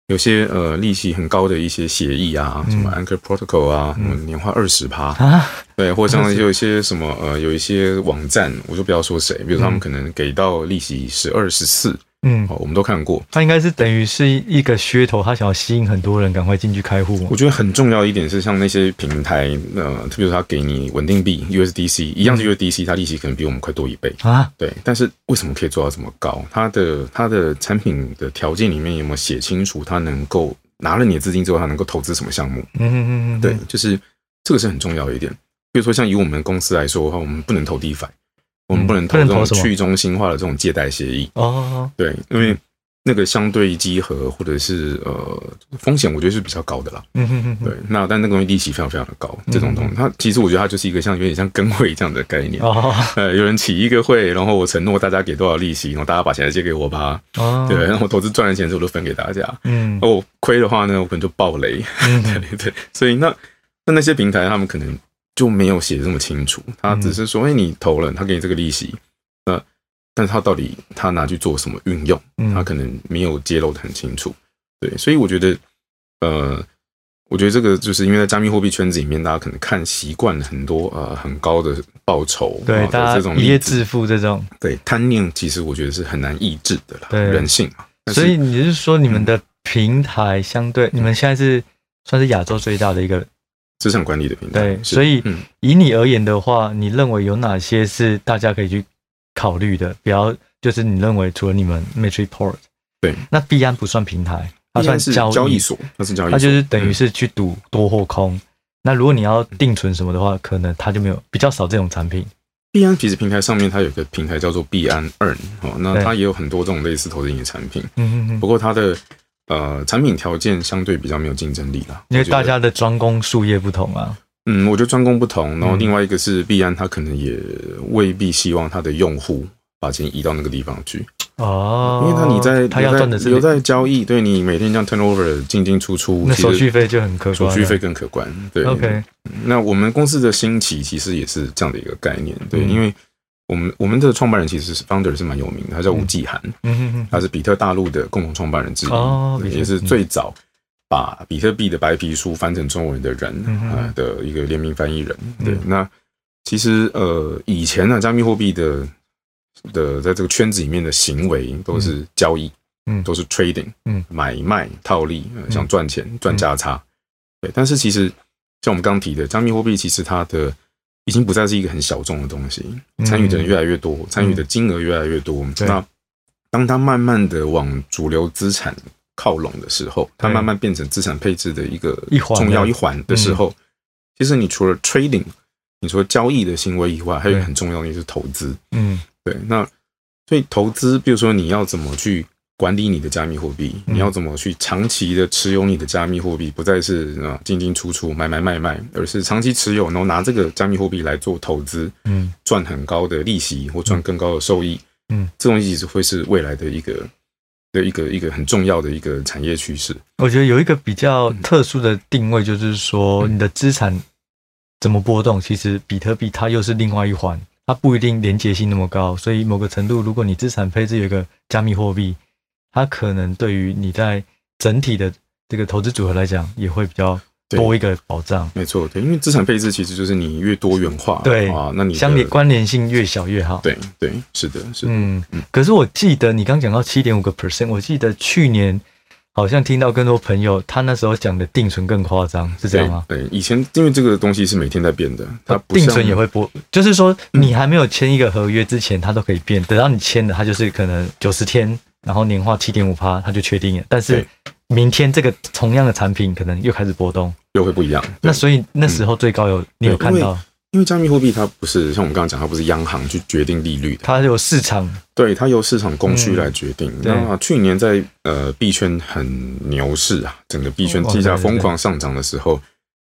有些呃利息很高的一些协议啊，嗯什么 Anchor Protocol 啊，嗯什么年化二十趴，啊，对，或者像20%有一些什么呃有一些网站，我就不要说谁，比如他们可能给到利息十二十四，嗯哦，，我们都看过。它应该是等于是一个噱头，它想要吸引很多人赶快进去开户嘛我觉得很重要一点是，像那些平台，呃，比如他给你稳定币 USDC，一样是 USDC，它利息可能比我们快多一倍。啊，对，但是为什么可以做到这么高？它的它的产品的条件里面有没有写清楚，它能够拿了你的资金之后，它能够投资什么项目？嗯嗯嗯，嗯对，，就是这个是很重要的一点。比如说，像以我们公司来说的话，我们不能投 DeFi，我们不能投嗯不能这投种什么去中心化的这种借贷协议。哦，对，因为那个相对稽核或者是呃风险，我觉得是比较高的啦。嗯嗯嗯，嗯嗯对，，那但那个东西利息非常非常的高，这种东西，它其实我觉得它就是一个像有点像跟会这样的概念。哦呃， <laughs> 有人起一个会，然后我承诺大家给多少利息，然后大家把钱借给我吧，哦，对，，然后我投资赚了钱之后我就分给大家。嗯哦，我亏的话呢，我可能就爆雷，嗯嗯 <laughs> 对对，所以那那那些平台他们可能就没有写这么清楚，他只是嗯说，哎、你投了，他给你这个利息，那但是他到底他拿去做什么运用？嗯他可能没有揭露的很清楚。对，所以我觉得，呃，我觉得这个就是因为在加密货币圈子里面，大家可能看习惯了很多呃很高的报酬，对，然后大这家种一夜例子致富这种，对贪念，其实我觉得是很难抑制的啦，对人性嘛。但是嗯所以你是说你们的平台相对，你们现在是算是亚洲最大的一个，资产管理的平台，对是所以嗯，以你而言的话，你认为有哪些是大家可以去考虑的？比较就是你认为除了你们 Matrixport，对，那币安不算平台，它算应该是交易交易所，那是交易所，它就是等于嗯是去赌多或空。那如果你要定存什么的话，可能它就没有比较少这种产品。币安其实平台上面它有一个平台叫做币安 Earn 哦，那对它也有很多这种类似投资型的产品，嗯嗯不嗯，过它的呃产品条件相对比较没有竞争力啦，因为我觉得大家的专攻术业不同啊。嗯，我觉得专攻不同，然后嗯另外一个是币安，它可能也未必希望它的用户。把钱移到那个地方去，哦因，为它你在他要留在赚的是留在交易，对你每天这样 turnover 进进出出，那其实手续费就很可观手了续费更可观。对 OK，那我们公司的兴起其实也是这样的一个概念，对，嗯因为我们我们的创办人其实是 founder 是蛮有名的，他叫吴继涵，嗯嗯他是比特大陆的共同创办人之一，哦对比特也是最早把比特币的白皮书翻成中文的人嗯哼啊、呃的一个联名翻译人。嗯对，那其实呃，以前呢，加密货币的的在这个圈子里面的行为都是交易，嗯都是 trading，嗯买卖套利，呃、想赚钱赚价差。对，但是其实像我们刚刚提的，加密货币其实它的已经不再是一个很小众的东西，嗯参与的人越来越多，参与的金额越来越多。对那当它慢慢的往主流资产靠拢的时候，它对慢慢变成资产配置的一个一环了啊嗯重要一环的时候，其实你除了 trading，你除了交易的行为以外，还有一个对很重要的就是投资。嗯对，那所以投资，比如说你要怎么去管理你的加密货币，嗯你要怎么去长期的持有你的加密货币，不再是啊、呃进进出出、买买卖卖，而是长期持有，然后拿这个加密货币来做投资，嗯赚很高的利息或赚更高的收益。嗯，这种一直会是未来的一个的一个一个很重要的一个产业趋势。我觉得有一个比较嗯特殊的定位，就是说你的资产怎么波动，其实比特币它又是另外一环，它不一定连结性那么高，所以某个程度，如果你资产配置有一个加密货币，它可能对于你在整体的这个投资组合来讲，也会比较对多一个保障，没错，对，因为资产配置其实就是你越多元化，对啊，那你的相连关联性越小越好。对对是的，是的，嗯嗯，可是我记得你刚讲到七点五个 percent，我记得去年好像听到更多朋友他那时候讲的定存更夸张，是这样吗？哦对，对以前因为这个东西是每天在变的，它不呃定像嗯存也会波，就是说你还没有签一个合约之前，它都可以变。等到你签了，它就是可能九十天，然后年化七点五趴，它就确定了。但是对明天这个同样的产品可能又开始波动，又会不一样。那对嗯所以那时候最高有你有看到？因为加密货币它不是像我们刚刚讲，它不是央行去决定利率的，它有市场，对，它由市场供需来决定。嗯对那去年在呃币圈很牛市啊，整个币圈哦计价对对疯狂上涨的时候，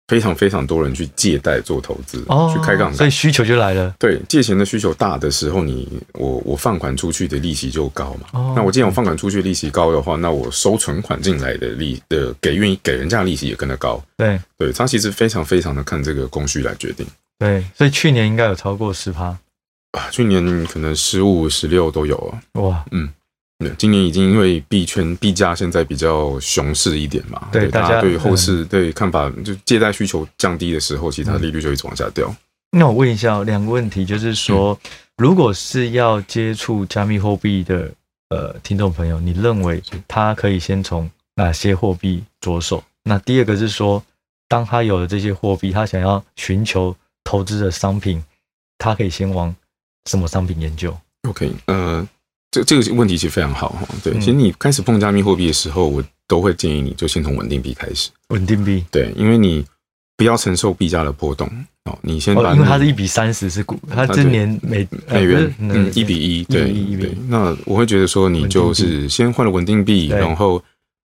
非常非常多人去借贷做投资，哦，去开杠所杆以。需求就来了。对，借钱的需求大的时候你，我我放款出去的利息就高嘛。哦那我既然我放款出去的利息高的话，那我收存款进来的利的给愿意给人家的利息也跟着高。对对，它其实非常非常的看这个供需来决定对，所以去年应该有超过十趴，啊。去年可能十五、十六都有啊。哇，对，今年已经因为币圈币价现在比较熊市一点嘛，对大大家嗯对后市、对看法，就借贷需求降低的时候，其实它利率就一直往下掉。那我问一下哦两个问题，就是说，嗯如果是要接触加密货币的呃听众朋友，你认为他可以先从哪些货币着手？那第二个是说，当他有了这些货币，他想要寻求投资的商品，他可以先往什么商品研究？ OK，呃，这这个问题其实非常好哈。对，嗯其实你开始碰加密货币的时候，我都会建议你就先从稳定币开始。稳定币对，因为你不要承受币价的波动哦，你先把哦，你、因为它是一比三十是股，它对今年美嗯美元，呃不嗯，是一比一，对一比一比对。那我会觉得说，你就是先换了稳定币，对然后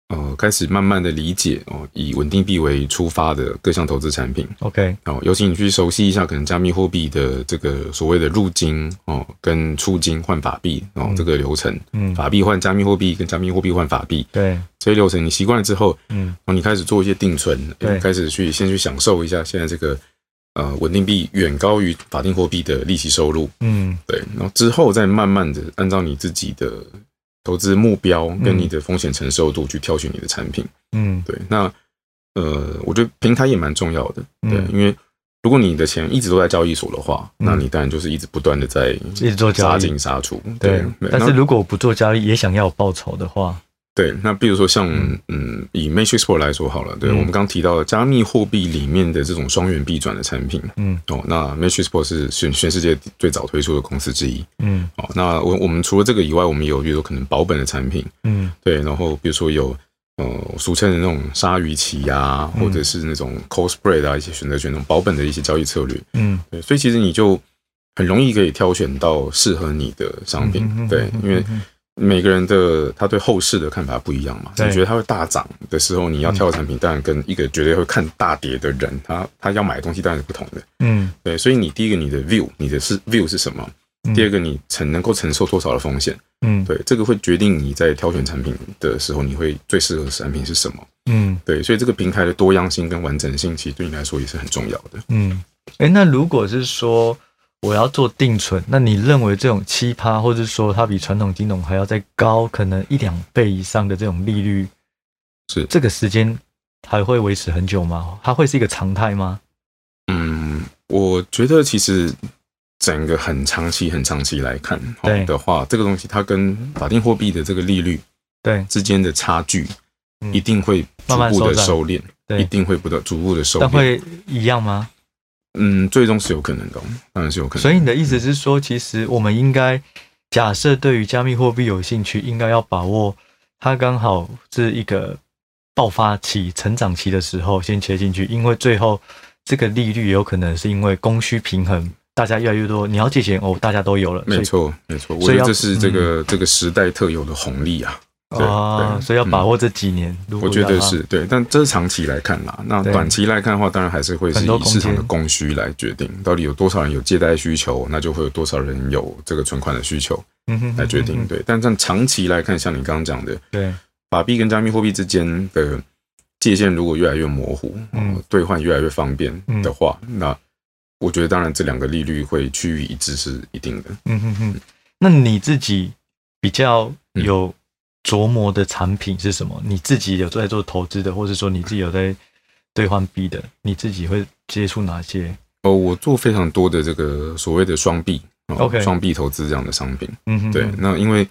呃，开始慢慢的理解哦，以稳定币为出发的各项投资产品 OK 哦，尤其你去熟悉一下可能加密货币的这个所谓的入金哦，跟出金换法币哦嗯这个流程，嗯法币换加密货币，跟加密货币换法币对这些流程，你习惯了之后，哦嗯然后你开始做一些定存，对开始去先去享受一下现在这个。呃，稳定币远高于法定货币的利息收入，嗯对，然后之后再慢慢的按照你自己的投资目标跟你的风险承受度去挑选你的产品。嗯对，那呃，我觉得平台也蛮重要的，对，嗯，因为如果你的钱一直都在交易所的话，嗯那你当然就是一直不断的在一直做交杀易进。杀出。对，但是那如果我不做交易也想要有报酬的话，对，那比如说像嗯，以 Matrix Pro 来说好了，对、嗯我们刚提到的加密货币里面的这种双元币转的产品嗯哦，那 Matrix Pro 是全全世界最早推出的公司之一。嗯哦，那我我们除了这个以外，我们也有比如说可能保本的产品，嗯对，然后比如说有呃俗称的那种鲨鱼鳍啊，嗯或者是那种 cosplay 啊，一些选择权那种保本的一些交易策略，嗯对，所以其实你就很容易可以挑选到适合你的商品，嗯嗯嗯对嗯，因为嗯每个人的他对后市的看法不一样嘛，对嗯你觉得它会大涨的时候，你要挑的产品当然跟一个绝对会看大跌的人，他他要买的东西当然是不同的，嗯对，所以你第一个你的 view，你的是 view 是什么？嗯第二个，你承能够承受多少的风险？嗯对，这个会决定你在挑选产品的时候，你会最适合的产品是什么。嗯对，所以这个平台的多样性跟完整性，其实对你来说也是很重要的。嗯，哎，那如果是说我要做定存，那你认为这种七趴，或者说它比传统金融还要再高，可能一两倍以上的这种利率，是这个时间还会维持很久吗？它会是一个常态吗？嗯，我觉得其实整个很长期、很长期来看哦对的话，这个东西它跟法定货币的这个利率对之间的差距嗯，一定会逐慢慢步收的窄收敛，一对，定会不断逐步的收但敛。会一样吗？嗯，最终是有可能的哦，当然是有可能的。所以你的意思是说，其实我们应该假设对于加密货币有兴趣，应该要把握它刚好是一个爆发期、成长期的时候先切进去，因为最后这个利率也有可能是因为供需平衡，大家越来越多，你要借钱哦，大家都有了，所以没错，没错，我所觉以得要嗯这是这个、这个时代特有的红利啊。对啊，对所以要嗯把握这几年。如果我觉要得它是对，但这是长期来看啦。那对短期来看的话，当然还是会是很多以空市场的间供需来决定，到底有多少人有借贷需求，那就会有多少人有这个存款的需求嗯哼来决定。嗯哼对，但但长期来看，像你刚刚讲的，对，法币跟加密货币之间的界限如果越来越模糊，嗯嗯，兑换越来越方便嗯的话，那我觉得当然这两个利率会趋于一致是一定的。嗯哼哼。那你自己比较有琢磨的产品是什么？你自己有在做投资的，或者说你自己有在兑换币的，你自己会接触哪些？哦，我做非常多的这个所谓的双币、哦 OK 双币投资这样的商品。嗯哼哼对，那因为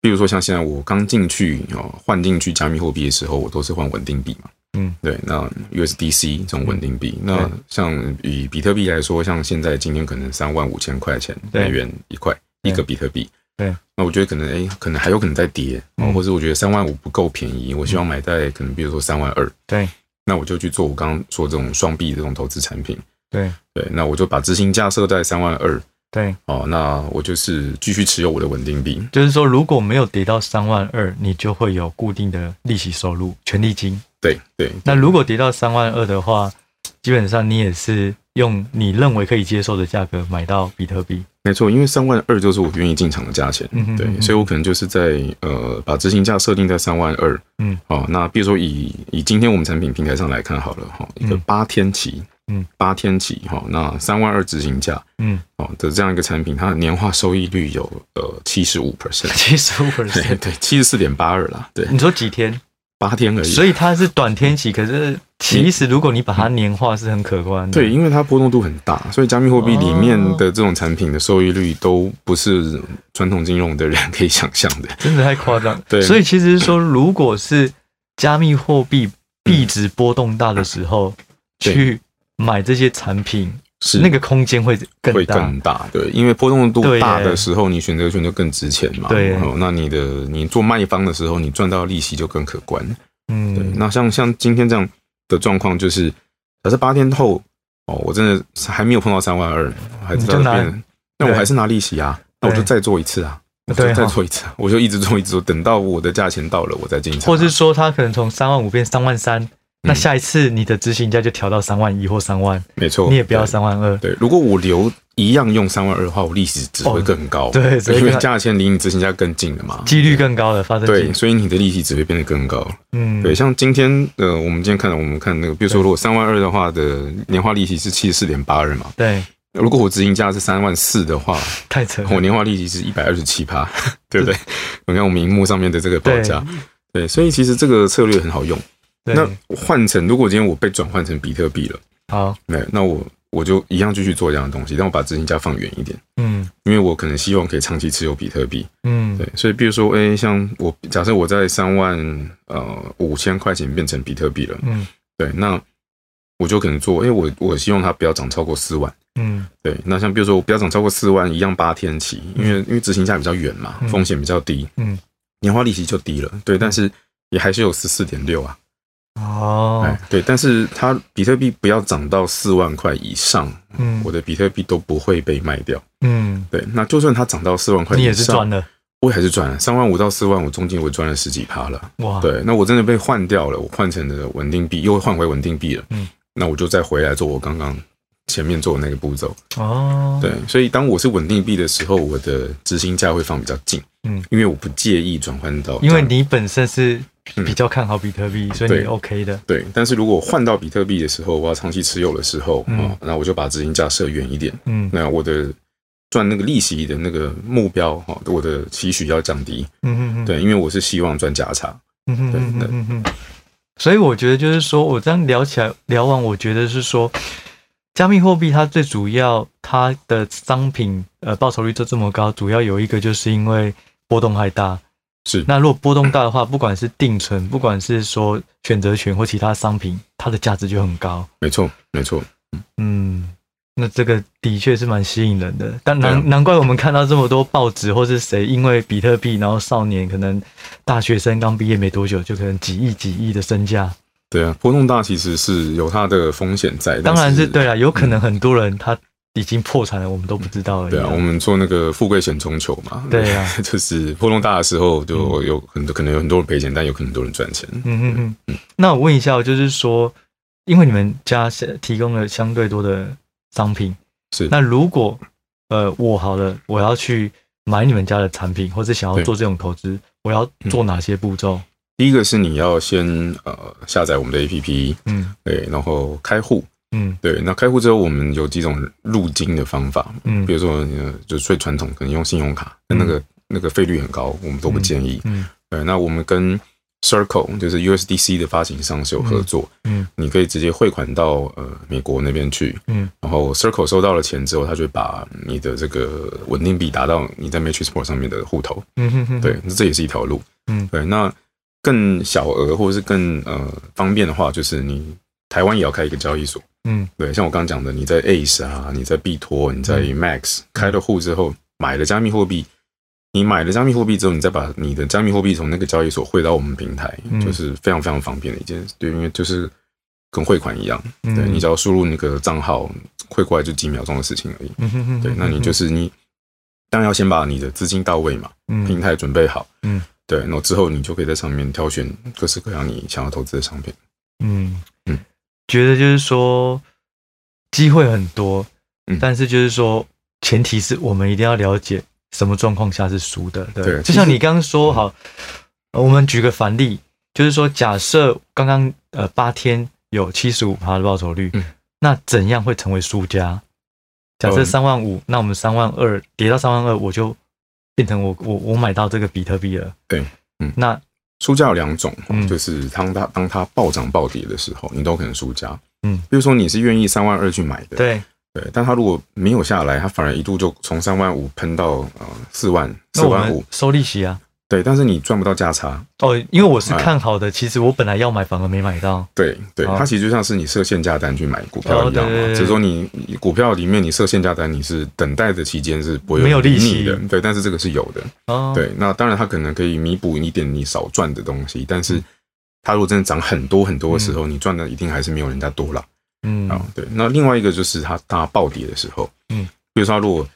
比如说像现在我刚进去哦，换进去加密货币的时候，我都是换稳定币嘛。嗯，对，那 USDC 这种稳定币，那对像以比特币来说，像现在今天可能三万五千块钱对美元一块对一个比特币。对，那我觉得可能哎、可能还有可能再跌，哦嗯或者我觉得三万五不够便宜，我希望买在可能比如说三万二，对那我就去做我刚刚说这种双币这种投资产品。对对，那我就把执行价设在三万二，对，哦，那我就是继续持有我的稳定币。就是说如果没有跌到三万二，你就会有固定的利息收入，权利金。对对，那如果跌到三万二的话，基本上你也是用你认为可以接受的价格买到比特币。没错，因为三万二就是我愿意进场的价钱，嗯哼嗯对，哼所以我可能就是在呃把执行价设定在三万二，嗯，哦，那比如说以以今天我们产品平台上来看好了哈，一个嗯八天期，嗯，八天期哈、那三万二执行价嗯，哦的这样一个产品，它的年化收益率有呃七十五 percent，七十五对 percent。对，七十四点八二啦，对，你说几天？八天而已，所以它是短天期，可是其实如果你把它年化是很可观的。对，，因为它波动度很大，所以加密货币哦里面的这种产品的收益率都不是传统金融的人可以想象 <laughs> 的。真的太夸张。对所以其实说，如果是加密货币币值波动大的时候、对去买这些产品，是那个空间会更会大。更大，对，因为波动度对耶大的时候，你选择权就更值钱嘛。对哦，那你的你做卖方的时候，你赚到的利息就更可观。对，嗯，那像像今天这样的状况，就是假设八天后，哦，我真的还没有碰到三万二，还知道你就拿变，那我还是拿利息啊，那我就再做一次啊，我就对再哈做一次啊，我就一直做一直做，等到我的价钱到了，我再进场啊。或是说它可能从三万五变三万三，嗯那下一次你的执行价就调到三万一或三万，没错，你也不要哦对三万二。对，如果我留一样用三万二的话，我利息只会更高。哦对所以因为它价钱离你执行价更近了嘛。几率更高的发生几对，率，所以你的利息只会变得更高。嗯，对，，像今天呃，我们今天看到我们看那个，比如说对如果三万二的话的年化利息是七十四点八二嘛，对，如果我执行价是三万四的话，太扯了，我年化利息是一百二十 <laughs> 七趴，对不对？你看我们荧幕上面的这个报价，对，所以其实这个策略很好用。对，那换成如果今天我被转换成比特币了，好，那那我我就一样继续做这样的东西，但我把执行价放远一点。嗯因为我可能希望可以长期持有比特币，嗯，对，所以比如说，哎、像我假设我在三万呃五千块钱变成比特币了，嗯对，那我就可能做，哎、我我希望它不要涨超过四万，嗯对，那像比如说我不要涨超过四万，一样八天期，因为因为执行价比较远嘛，嗯风险比较低，嗯，年化利息就低了，对，但是也还是有十四点六啊，哦哎，，对，但是它比特币不要涨到四万块以上，嗯我的比特币都不会被卖掉，嗯，对，那就算它涨到四万块以上，你也是赚了，我也还是赚三万五到四万五中间我赚了十几趴了。哇，对，那我真的被换掉了，我换成了稳定币，又换回稳定币了。嗯，那我就再回来做我刚刚前面做的那个步骤。哦，对，所以当我是稳定币的时候，我的执行价会放比较近。嗯，因为我不介意转换到，因为你本身是嗯比较看好比特币，所以你对 OK 的。对，但是如果我换到比特币的时候，我要长期持有的时候，嗯哦，那我就把执行价设远一点，嗯那我的赚那个利息的那个目标，哈、哦，我的期许要降低。嗯嗯嗯，对，因为我是希望赚价差。嗯嗯对嗯对嗯嗯嗯。所以我觉得就是说，我这样聊起来聊完，我觉得是说，加密货币它最主要它的商品呃报酬率就这么高，主要有一个就是因为波动太大。是，那如果波动大的话，不管是定存，不管是说选择权或其他商品，它的价值就很高。没错，没错。嗯，那这个的确是蛮吸引人的，但对啊难难怪我们看到这么多报纸或是谁因为比特币，然后少年可能大学生刚毕业没多久就可能几亿几亿的身价，对啊，波动大其实是有它的风险在，当然但嗯是对啊，有可能很多人他已经破产了，我们都不知道而已对啊，我啊。们做那个富贵险中求嘛，对啊， <laughs> 就是波动大的时候就有很多可能有很多人赔钱，但有可能很多人赚钱。嗯嗯嗯。那我问一下哦，就是说，因为你们家是提供了相对多的商品，是那如果呃我好了，我要去买你们家的产品，或者想要对嗯做这种投资，我要做哪些步骤？第一个是你要先呃下载我们的 APP，嗯。对，然后开户，嗯对，那开户之后我们有几种入金的方法，嗯比如说呃就最传统可能用信用卡，但那个那个费率很高，我们都不建议。嗯对，那我们跟 Circle 就是 USDC 的发行商是有合作，嗯你可以直接汇款到呃美国那边去，嗯然后 Circle 收到了钱之后，他就会把你的这个稳定币打到你在 Matrixport 上面的户头，嗯哼哼，对，这也是一条路，嗯对。那更小额或者是更呃方便的话，就是你台湾也要开一个交易所，嗯对，像我刚刚讲的，你在 Ace 啊，你在币托，你在嗯 Max 开了户之后，买了加密货币，你买了加密货币之后，你再把你的加密货币从那个交易所汇到我们平台，嗯就是非常非常方便的一件事，对，因为就是跟汇款一样，嗯对你只要输入那个账号，汇过来就几秒钟的事情而已。嗯嗯哼哼对，那你就是你，当然要先把你的资金到位嘛，平台准备好，嗯，对，然后之后你就可以在上面挑选各式各样你想要投资的商品。嗯嗯嗯，觉得就是说机会很多，嗯但是就是说前提是我们一定要了解什么状况下是输的，对，对嗯就像你刚刚说好，呃我们举个反例，就是说假设刚刚呃八天有七十五趴的报酬率，嗯那怎样会成为输家？假设嗯三万五，那我们三万二跌到三万二，我就变成我我我买到这个比特币了。对，嗯那输家有两种嗯，就是当它当它暴涨暴跌的时候，你都可能输家。嗯比如说你是愿意三万二去买的，对，对，但它如果没有下来，它反而一度就从三万五喷到呃四万那四我万们五，收利息啊。对，但是你赚不到价差，哦，因为我是哎看好的，其实我本来要买，反而没买到。对对，哦它其实就像是你设限价单去买股票一哦对样嘛对，对只是说你你股票里面你设限价单，你是等待的期间是不会没有利息息的，对，但是这个是有的，哦，，对，那当然它可能可以弥补一点你少赚的东西，但嗯是它如果真的涨很多很多的时候，你赚的一定还是没有人家多啦。嗯啊、对。那另外一个就是它它暴跌的时候，嗯，比如说它如果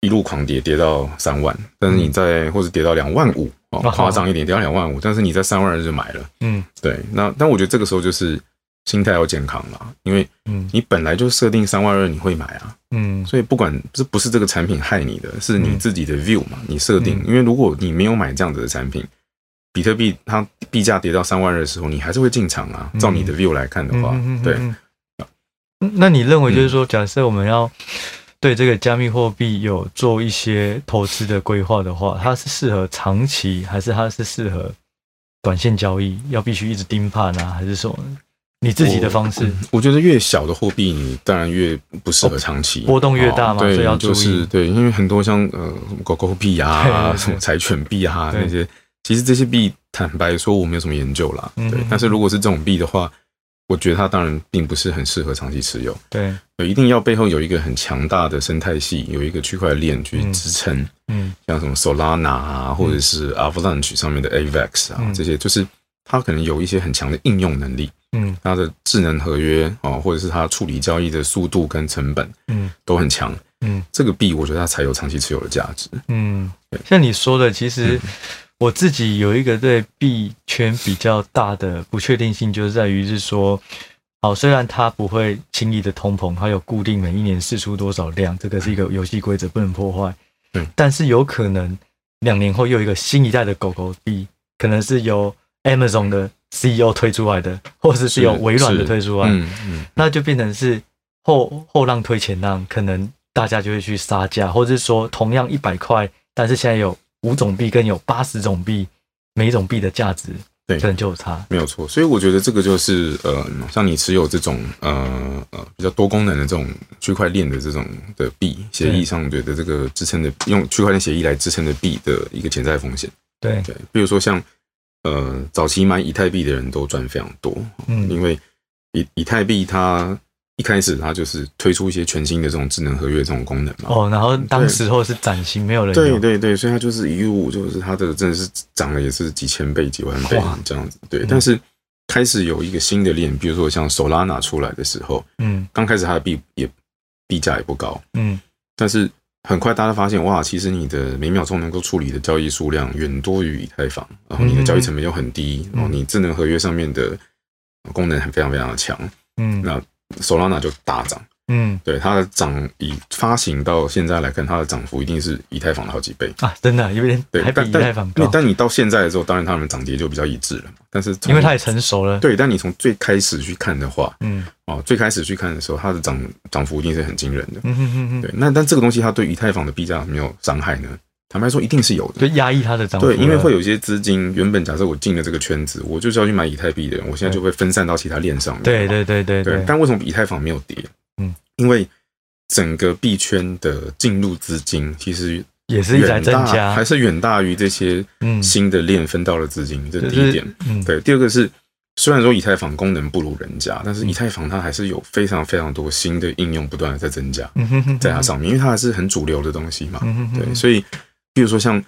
一路狂跌，跌到三万，但是你在、或者跌到两万五哦嗯哦，夸张一点，跌到两万五，但是你在三万二就买了，嗯对。那但我觉得这个时候就是心态要健康啦，因为嗯你本来就设定三万二你会买啊，嗯所以不管这不是这个产品害你的，是你嗯自己的 view 嘛，你设定嗯。因为如果你没有买这样子的产品，比特币它币价跌到三万二的时候，你还是会进场啊。照你的 view 来看的话，嗯对，嗯嗯那你认为就是说，假设我们嗯要对这个加密货币有做一些投资的规划的话，它是适合长期，还是它是适合短线交易？要必须一直盯盘啊，还是什么？你自己的方式，我觉得越小的货币，你当然越不适合长期，波动越大嘛哦对，所以要注意就是对，因为很多像呃什么狗狗币 <laughs> 啊对、什么柴犬币啊对那些，其实这些币坦白说我没有什么研究啦，嗯对嗯。但是如果是这种币的话，我觉得它当然并不是很适合长期持有，对，对，一定要背后有一个很强大的生态系，有一个区块链去支撑。嗯像什么 Solana 啊，或者是 Avalanche 上面的 AVAX 啊，嗯这些就是它可能有一些很强的应用能力，嗯它的智能合约哦，或者是它处理交易的速度跟成本嗯都很强。嗯，这个币我觉得它才有长期持有的价值。嗯，像你说的，其嗯实我自己有一个对币圈比较大的不确定性，就是在于是说，好，虽然它不会轻易的通膨，它有固定每一年释出多少量，这个是一个游戏规则，不能破坏。嗯对，但是有可能两年后又有一个新一代的狗狗币，可能是由 Amazon 的 CEO 推出来的，或者是由微软的是推出啊来，嗯嗯，那就变成是后后浪推前浪，可能大家就会去杀价，或者是说同样一百块，但是现在有五种币跟有八十种币，每一种币的价值对可能就有差。没有错。所以我觉得这个就是呃，像你持有这种呃呃比较多功能的这种区块链的这种的币协对议上，我觉得这个支撑的用区块链协议来支撑的币的一个潜在风险。对，对，比如说像呃，早期买以太币的人都赚非常多，嗯因为以以太币它一开始它就是推出一些全新的这种智能合约这种功能嘛。哦，然后当时候是崭新，没有人对有，对对，所以它就是一路就是它的真的是涨了也是几千倍、几万倍哇这样子。对，但是开始有一个新的链，比如说像 Solana 出来的时候，嗯刚开始它的币也币价也不高，嗯但是很快大家发现，哇，其实你的每秒钟能够处理的交易数量远多于以太坊，然后你的交易成本又很低，然后你智能合约上面的功能很非常非常的强，嗯那 Solana 就大涨。嗯对它的涨，以发行到现在来看，它的涨幅一定是以太坊的好几倍。啊，真的有点对还，比但以太坊但高，但你到现在的时候，当然它们涨跌就比较一致了嘛。但是从因为它也成熟了。对，但你从最开始去看的话，嗯哦，最开始去看的时候，它的涨涨幅一定是很惊人的。嗯哼哼哼，对，那但这个东西它对以太坊的币价有没有伤害呢？坦白说，一定是有的。就压抑它的涨幅了。对，因为会有一些资金，原本假设我进了这个圈子，我就是要去买以太币的人，我现在就会分散到其他链上面。对对对对对对，但为什么以太坊没有跌？嗯，因为整个币圈的进入资金其实也是一直在远增大，加还。是远大于这些嗯新的链分到的资金。这就是是第一点。嗯，对，第二个是，虽然说以太坊功能不如人家，嗯但是以太坊它还是有非常非常多新的应用不断的在增加。嗯哼哼哼，嗯在它上面，因为它还是很主流的东西嘛。嗯哼哼哼，对，所以比如说像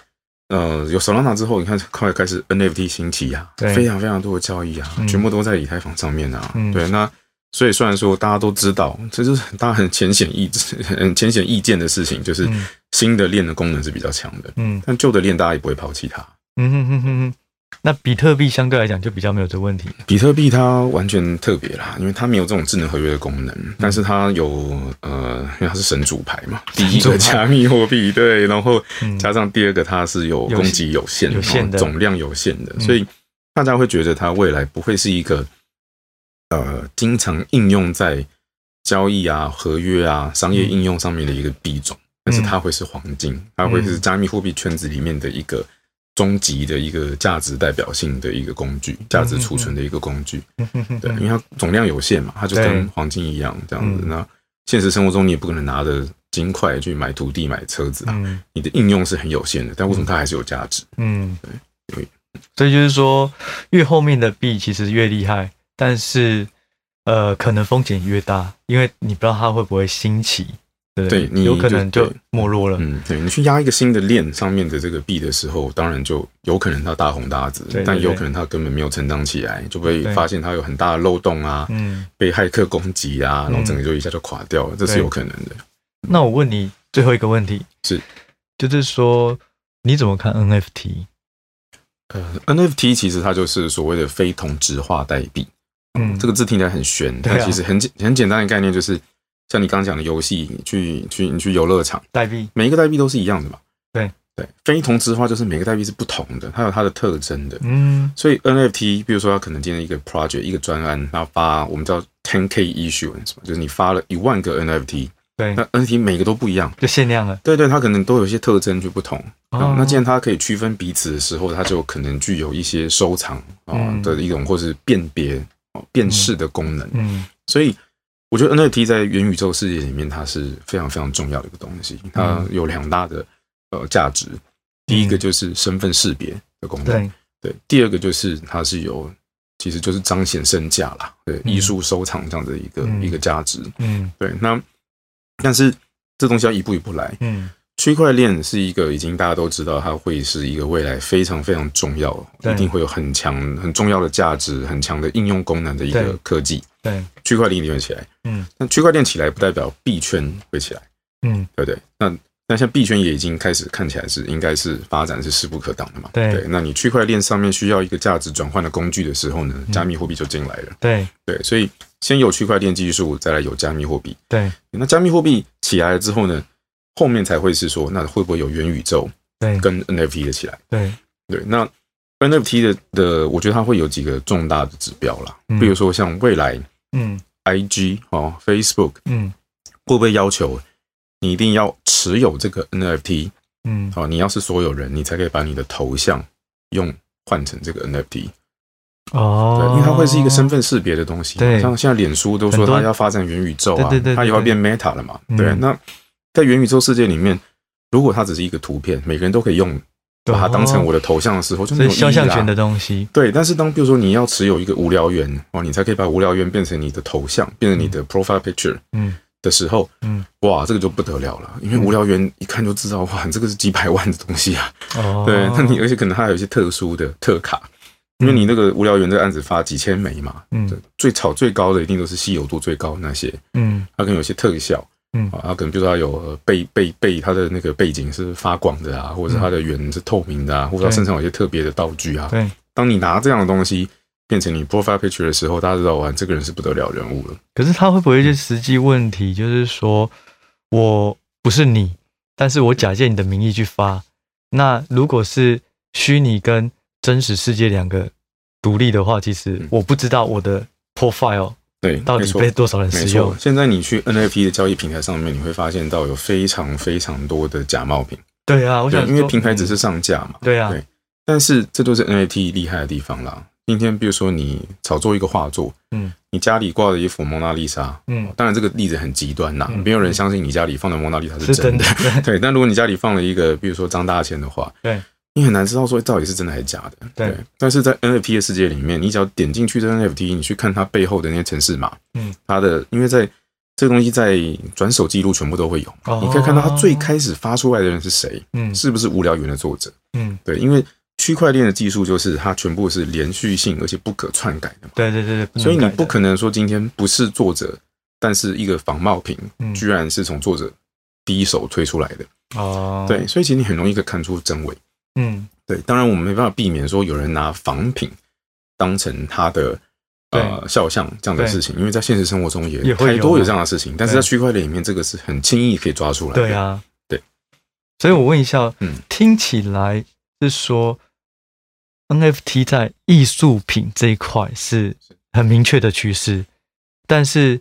呃，有 Solana 之后，你看快开始 NFT 兴起啊，对非常非常多的交易啊，嗯全部都在以太坊上面啊。嗯对，那所以虽然说大家都知道，这就是大家很浅显意志、 <laughs> 很浅显意见的事情，就是嗯新的链的功能是比较强的，嗯但旧的链大家也不会抛弃它。嗯哼哼哼哼。那比特币相对来讲就比较没有这问题。比特币它完全特别啦，因为它没有这种智能合约的功能，但是它有呃，因为它是神主牌嘛，第一神主牌个加密货币对，然后嗯加上第二个它是有有供给有限的，有限的嗯然后总量有限的，所以大家会觉得它未来不会是一个呃经常应用在交易啊、合约啊、商业应用上面的一个币种，但是它会是黄金，嗯它会是加密货币圈子里面的一个终极的一个价值代表性的一个工具，价值储存的一个工具。嗯哼哼对，因哼为它总量有限嘛，它就对跟黄金一样这样子。嗯那现实生活中你也不可能拿着金块去买土地、买车子啊，嗯你的应用是很有限的，但为什么它还是有价值？嗯对，所以就是说，越后面的币其实越厉害，但是呃，可能风险越大，因为你不知道它会不会兴起，对不对你有可能就就没落了。嗯，对你去压一个新的链上面的这个币的时候，当然就有可能它大红大紫对对，但有对可能它根本没有成长起来，就会对发现它有很大的漏洞啊，嗯，被骇客攻击啊，然后嗯整个就一下就垮掉了，这是对有可能的。那我问你最后一个问题，是，就是说你怎么看 NFT？呃，NFT 其实它就是所谓的非同质化代币，嗯这个字听起来很玄，对啊但其实很简很简单的概念就是，像你刚刚讲的游戏，你去去你去游乐场，代币，每一个代币都是一样的嘛？对对，非同质化就是每个代币是不同的，它有它的特征的。嗯所以 NFT，比如说它可能今天一个 project 一个专案，它发我们叫 10k issuance 嘛，就是你发了一万个 NFT，对那，NFT 每个都不一样，就限量了。对对，它可能都有一些特征就不同。哦啊，那既然它可以区分彼此的时候，它就可能具有一些收藏啊嗯的一种或是辨别、哦辨识的功能。嗯所以我觉得 NFT 在元宇宙世界里面，它是非常非常重要的一个东西。嗯它有两大的呃价值，第一个就是身份识别的功能，对，对，第二个就是它是有，其实就是彰显身价啦，对，嗯艺术收藏这样的一个嗯一个价值。嗯对，那但是这东西要一步一步来。嗯区块链是一个已经大家都知道，它会是一个未来非常非常重要，对一定会有很强、很重要的价值、很强的应用功能的一对个科技。对，区块链一定会起来，嗯但区块链起来不代表币圈会起来，嗯对不对？那那像币圈也已经开始看起来是应该是发展是势不可挡的嘛。对那你区块链上面需要一个价值转换的工具的时候呢，嗯加密货币就进来了。对对，所以先有区块链技术，再来有加密货币。对那加密货币起来了之后呢，后面才会是说，那会不会有元宇宙对跟 NFT 的起来？对，对，那 NFT 的的，我觉得它会有几个重大的指标啦，嗯比如说像未来嗯 IG 哦、Facebook 嗯会不会要求你一定要持有这个 NFT 嗯哦？你要是所有人，你才可以把你的头像用换成这个 NFT，对，哦，因为它会是一个身份识别的东西嘛。对像现在脸书都很说多它要发展元宇宙啊，对对对对它以后要变 Meta 了嘛。嗯对，那在元宇宙世界里面，如果它只是一个图片，每个人都可以用，把它当成我的头像的时候，就哦所没以有肖意义像权啦的。东西，对，但是当比如说你要持有一个无聊猿哦，你才可以把无聊猿变成你的头像，变成你的 profile picture 嗯的时候，嗯，哇，这个就不得了了，因为无聊猿一看就知道，哇，这个是几百万的东西啊。哦，对，那你而且可能它还有一些特殊的特卡，因为你那个无聊猿这个案子发几千枚嘛，嗯对最炒最高的一定都是稀有度最高的那些，嗯它可能有些特效，嗯啊，它可能比如说它有呃背背背它的那个背景是发光的啊，嗯或者是它的圆是透明的啊，或者它身上有一些特别的道具啊。对，当你拿这样的东西变成你 profile picture 的时候，大家知道哇，这个人是不得了人物了。可是他会不会是实际问题？就是说我不是你，但是我假借你的名义去发，那如果是虚拟跟真实世界两个独立的话，其实嗯我不知道我的 profile 对，到没底错被多少人没使错用，。现在你去 NFT 的交易平台上面，你会发现到有非常非常多的假冒品，对啊，我对想，因为说平台只是上架嘛，对啊，对但是这就是 NFT 厉害的地方啦。今天比如说你炒作一个画作，嗯，你家里挂的一幅蒙娜丽莎，嗯，当然这个例子很极端啦，嗯没有人相信你家里放的蒙娜丽莎是是真真的 <laughs> 的。， <laughs> 对，但如果你家里放了一个，比如说张大千的话，对，你很难知道说到底是真的还是假的。对，但是在 NFT 的世界里面，你只要点进去这 NFT，你去看它背后的那些城市码，嗯，它的因为在这个东西在转手记录全部都会有嘛。哦你可以看到它最开始发出来的人是谁，嗯是不是无聊猿的作者？嗯，对，因为区块链的技术就是它全部是连续性而且不可篡改的嘛，对对对嗯对，所以你能改的不可能说今天不是作者，但是一个仿冒品嗯居然是从作者第一手推出来的。哦，对，，所以其实你很容易可以看出真伪。嗯对，当然我们没办法避免说有人拿仿品当成他的呃肖像这样的事情，因为在现实生活中也也会太有多有啊这样的事情，但是对在区块链里面，这个是很轻易可以抓出来的。对啊，对，所以我问一下，嗯听起来是说 NFT 在艺术品这一块是很明确的趋势，但是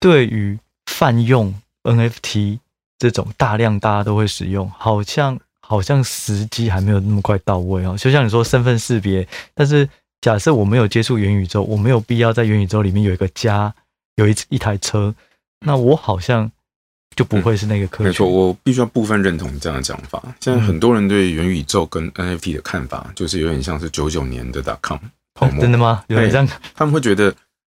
对于泛用 NFT 这种大量大家都会使用，好像好像时机还没有那么快到位哦。就像你说身份识别，但是假设我没有接触元宇宙，我没有必要在元宇宙里面有一个家，有一一台车，那我好像就不会是那个客嗯没错，群。我必须要部分认同你这样的讲法。现在嗯很多人对元宇宙跟 NFT 的看法，就是有点像是九九年的 dot com 泡 <laughs> 啊沫真，的吗？有对这样他们会觉得，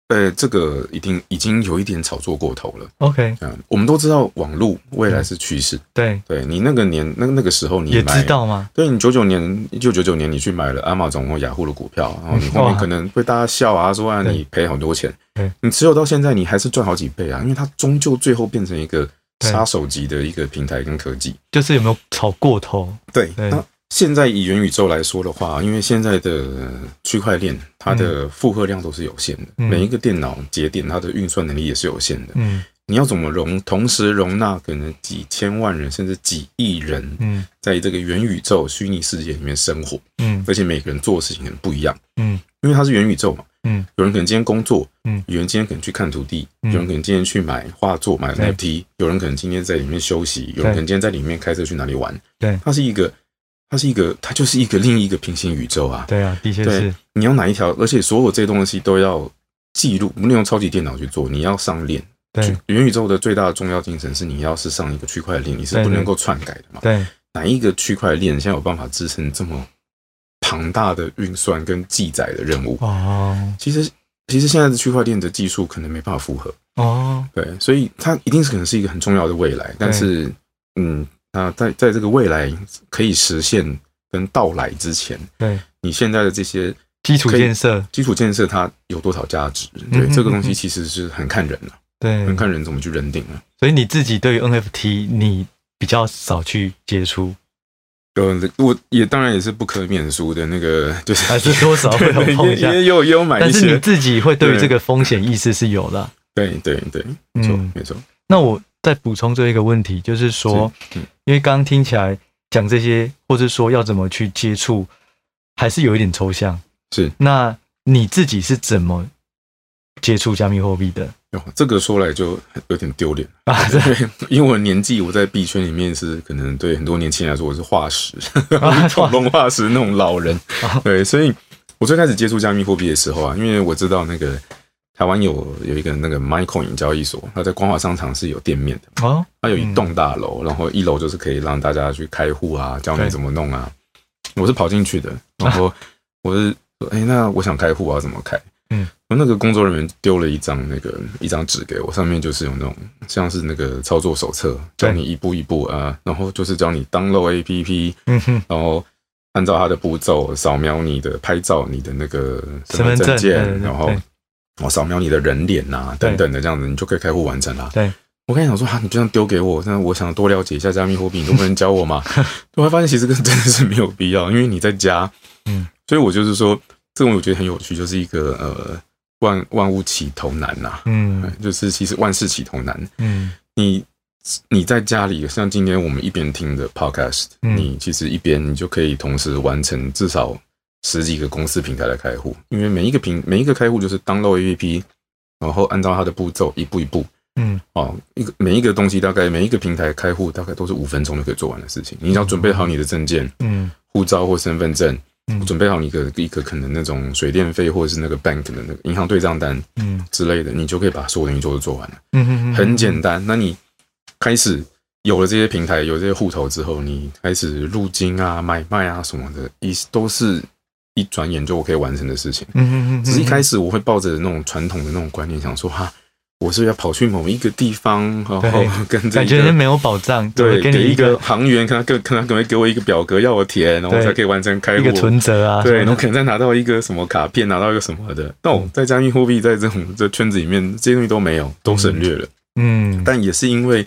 呃，这个一定已经有一点炒作过头了。 ？OK，嗯，我们都知道网络未来是趋势，对，对你那个年那那个时候你也买知道吗？对你九九年，一九九九年你去买了 Amazon 或雅虎的股票，然后你后哇面可能被大家笑啊，说啊嗯对你赔很多钱对，你持有到现在你还是赚好几倍啊，因为它终究最后变成一个对杀手级的一个平台跟科技。就是有没有炒过头？对，对那现在以元宇宙来说的话，因为现在的区块链它的负荷量都是有限的，嗯每一个电脑节点它的运算能力也是有限的，嗯你要怎么容同时容纳可能几千万人甚至几亿人嗯在这个元宇宙虚拟世界里面生活？嗯而且每个人做的事情很不一样，嗯因为它是元宇宙嘛。嗯，有人可能今天工作，嗯有人今天可能去看土地，嗯有人可能今天去买画作、买对 NFT，有人可能今天在里面休息，有人可能今天在里面开车去哪里玩。对它是一个，它是一个，它就是一个另一个平行宇宙啊。对啊，的确对是，你要哪一条？而且所有这些东西都要记录，不能用超级电脑去做，你要上链。对元宇宙的最大的重要精神是，你要是上一个区块链，你是对不对能够篡改的嘛。对哪一个区块链现在有办法支撑这么庞大的运算跟记载的任务？哦其实，其实现在的区块链的技术可能没办法符合，哦，对，所以它一定是可能是一个很重要的未来。但是，嗯，那在在这个未来可以实现跟到来之前，对你现在的这些基础可以建设，基础建设它有多少价值？嗯对，哼这个嗯东西哼其实是很看人了，对，很看人怎么去认定了。所以你自己对于 NFT 你比较少去接触，呃，我也当然也是不可免俗的那个，就是还是多少会有 <laughs> 对碰一也下也有也有买一但是些你，自己会对于对这个风险意识是有的。对对对，没错、嗯没错，那我再补充这一个问题，就是说，是嗯因为刚刚听起来讲这些，或者说要怎么去接触，还是有一点抽象。是那你自己是怎么接触加密货币 <laughs> 的哦这个说来就有点丢脸， <laughs> 啊？这对，因为我年纪，我在币圈里面是可能对很多年轻人来说我是化石， <laughs> 啊恐龙化石那种老人啊，对，所以我最开始接触加密货币的时候啊，因为我知道那个台湾有有一个那个 MyCoin 交易所，它在光华商场是有店面的，哦，它有一栋大楼，然后一楼就是可以让大家去开户啊，教嗯对你怎么弄啊。我是跑进去的，然 <laughs> 后我是说，哎、那我想开户啊，怎么开？嗯，那个工作人员丢了一张那个一张纸给我，上面就是有那种像是那个操作手册，对教你一步一步啊，然后就是教你 download APP，嗯哼，然后按照它的步骤扫描你的拍照你的那个身身份份证证件，对对对然后对我扫描你的人脸呐、对等等的这样子，你就可以开户完成啦。对，我刚才想说哈、啊，你就这样丢给我，那我想多了解一下加密货币，你都不能教 <laughs> 我吗？我还发现其实这个真的是没有必要，因为你在家，嗯，所以我就是说，这种我觉得很有趣，就是一个呃万万物起头难呐、嗯就是其实万事起头难，嗯你你在家里，像今天我们一边听的 podcast，、嗯你其实一边你就可以同时完成至少十几个公司平台的开户，因为每一个平每一个开户就是 download APP，然后按照它的步骤一步一步嗯，哦，一个每一个东西大概每一个平台开户大概都是五分钟就可以做完的事情。你只要准备好你的证件、嗯护照或身份证嗯，准备好你的一个可能那种水电费或者是那个 bank 的那个银行对账单嗯之类的，你就可以把所有东西都做完了。嗯嗯，很简单。那你开始有了这些平台，有这些户头之后，你开始入金啊、买卖啊什么的，一都是一转眼就可以完成的事情。嗯，嗯嗯嗯，只是一开始始我会抱着那种传统的那种观念，想说哈，我是要跑去某一个地方，然后对 <laughs> 跟这感一觉是个没有保障，怎么对给给你一一个个行员，看他给看他可能给我一个表格要我填，然后我对才可以完成开一户个。存折啊，对，什然么后的嗯可能再拿到一个什么卡片，拿到一个什么的。但我在加密货币在这种这圈子里面，这些东西都没有，都省略了。嗯，但也是因为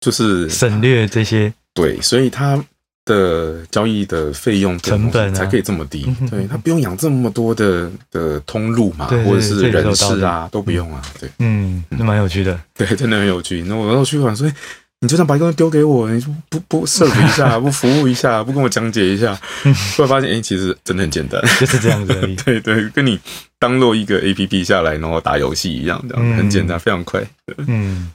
就是省略这些，对，所以它的交易的费用这种成本啊才可以这么低嗯哼。对，它不用养这么多的的通路嘛，对对或者是这个有人道理事啊，都不用啊。对嗯，那蛮有趣的，对，真的很有趣。那我要去玩，所以。你就算把东西丢给我，你就不不不设计一下，不服务一下，不跟我讲解一下，会发现哎、诶其实真的很简单。。就是这样子而已 <laughs> 对对，跟你当落一个 A P P 下来，然后打游戏一样，这样嗯很简单，非常快。嗯，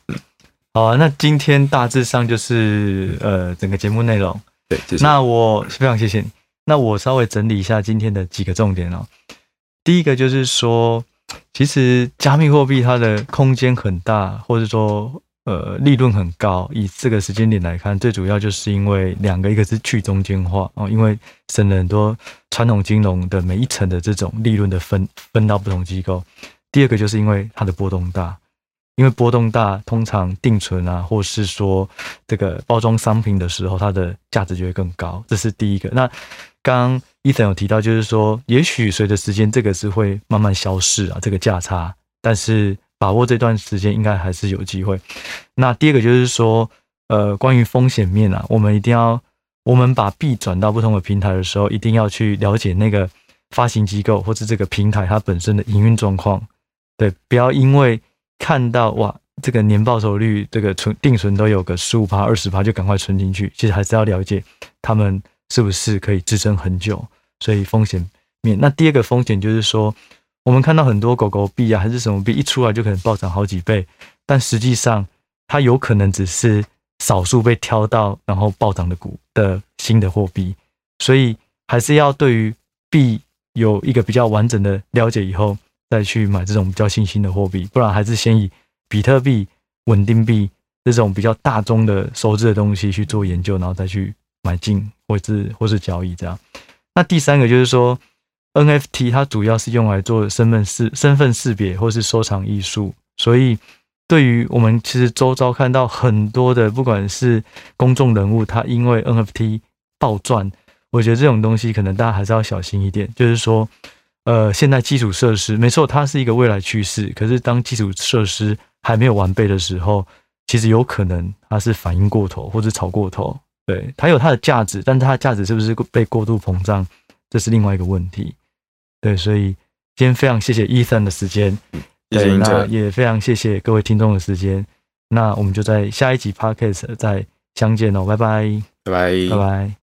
好啊，那今天大致上就是呃整个节目内容。对，谢谢。那我非常谢谢你。那我稍微整理一下今天的几个重点哦。第一个就是说，其实加密货币它的空间很大，或者说呃利润很高。以这个时间点来看，最主要就是因为两个，一个是去中间化哦，因为省了很多传统金融的每一层的这种利润的分分到不同机构。第二个就是因为它的波动大，因为波动大，通常定存啊，或是说这个包装商品的时候，它的价值就会更高。这是第一个。那刚刚伊森有提到，就是说，也许随着时间，这个是会慢慢消逝啊，这个价差。但是把握这段时间，应该还是有机会。那第二个就是说，呃，关于风险面啊，我们一定要，我们把币转到不同的平台的时候，一定要去了解那个发行机构或是这个平台它本身的营运状况。对，不要因为看到哇，这个年报酬率，这个存定存都有个十五趴、二十趴，就赶快存进去。其实还是要了解他们是不是可以支撑很久，所以风险面。那第二个风险就是说，我们看到很多狗狗币啊，还是什么币，一出来就可能暴涨好几倍，但实际上它有可能只是少数被挑到然后暴涨的股的新的货币，所以还是要对于币有一个比较完整的了解以后，再去买这种比较新兴的货币，不然还是先以比特币、稳定币这种比较大宗的熟知的东西去做研究，然后再去买进或是或是交易这样。那第三个就是说，NFT 它主要是用来做身份识身份识别或是收藏艺术，所以对于我们其实周遭看到很多的，不管是公众人物，他因为 NFT 暴赚，我觉得这种东西可能大家还是要小心一点，就是说。呃，现在基础设施没错，它是一个未来趋势。可是当基础设施还没有完备的时候，其实有可能它是反应过头或者炒过头。对，它有它的价值，但是它的价值是不是被过度膨胀，这是另外一个问题。对，所以今天非常谢谢 Ethan 的时间，谢谢对，英那哲，也非常谢谢各位听众的时间。那我们就在下一集 Podcast 再相见哦，拜拜，拜拜拜拜。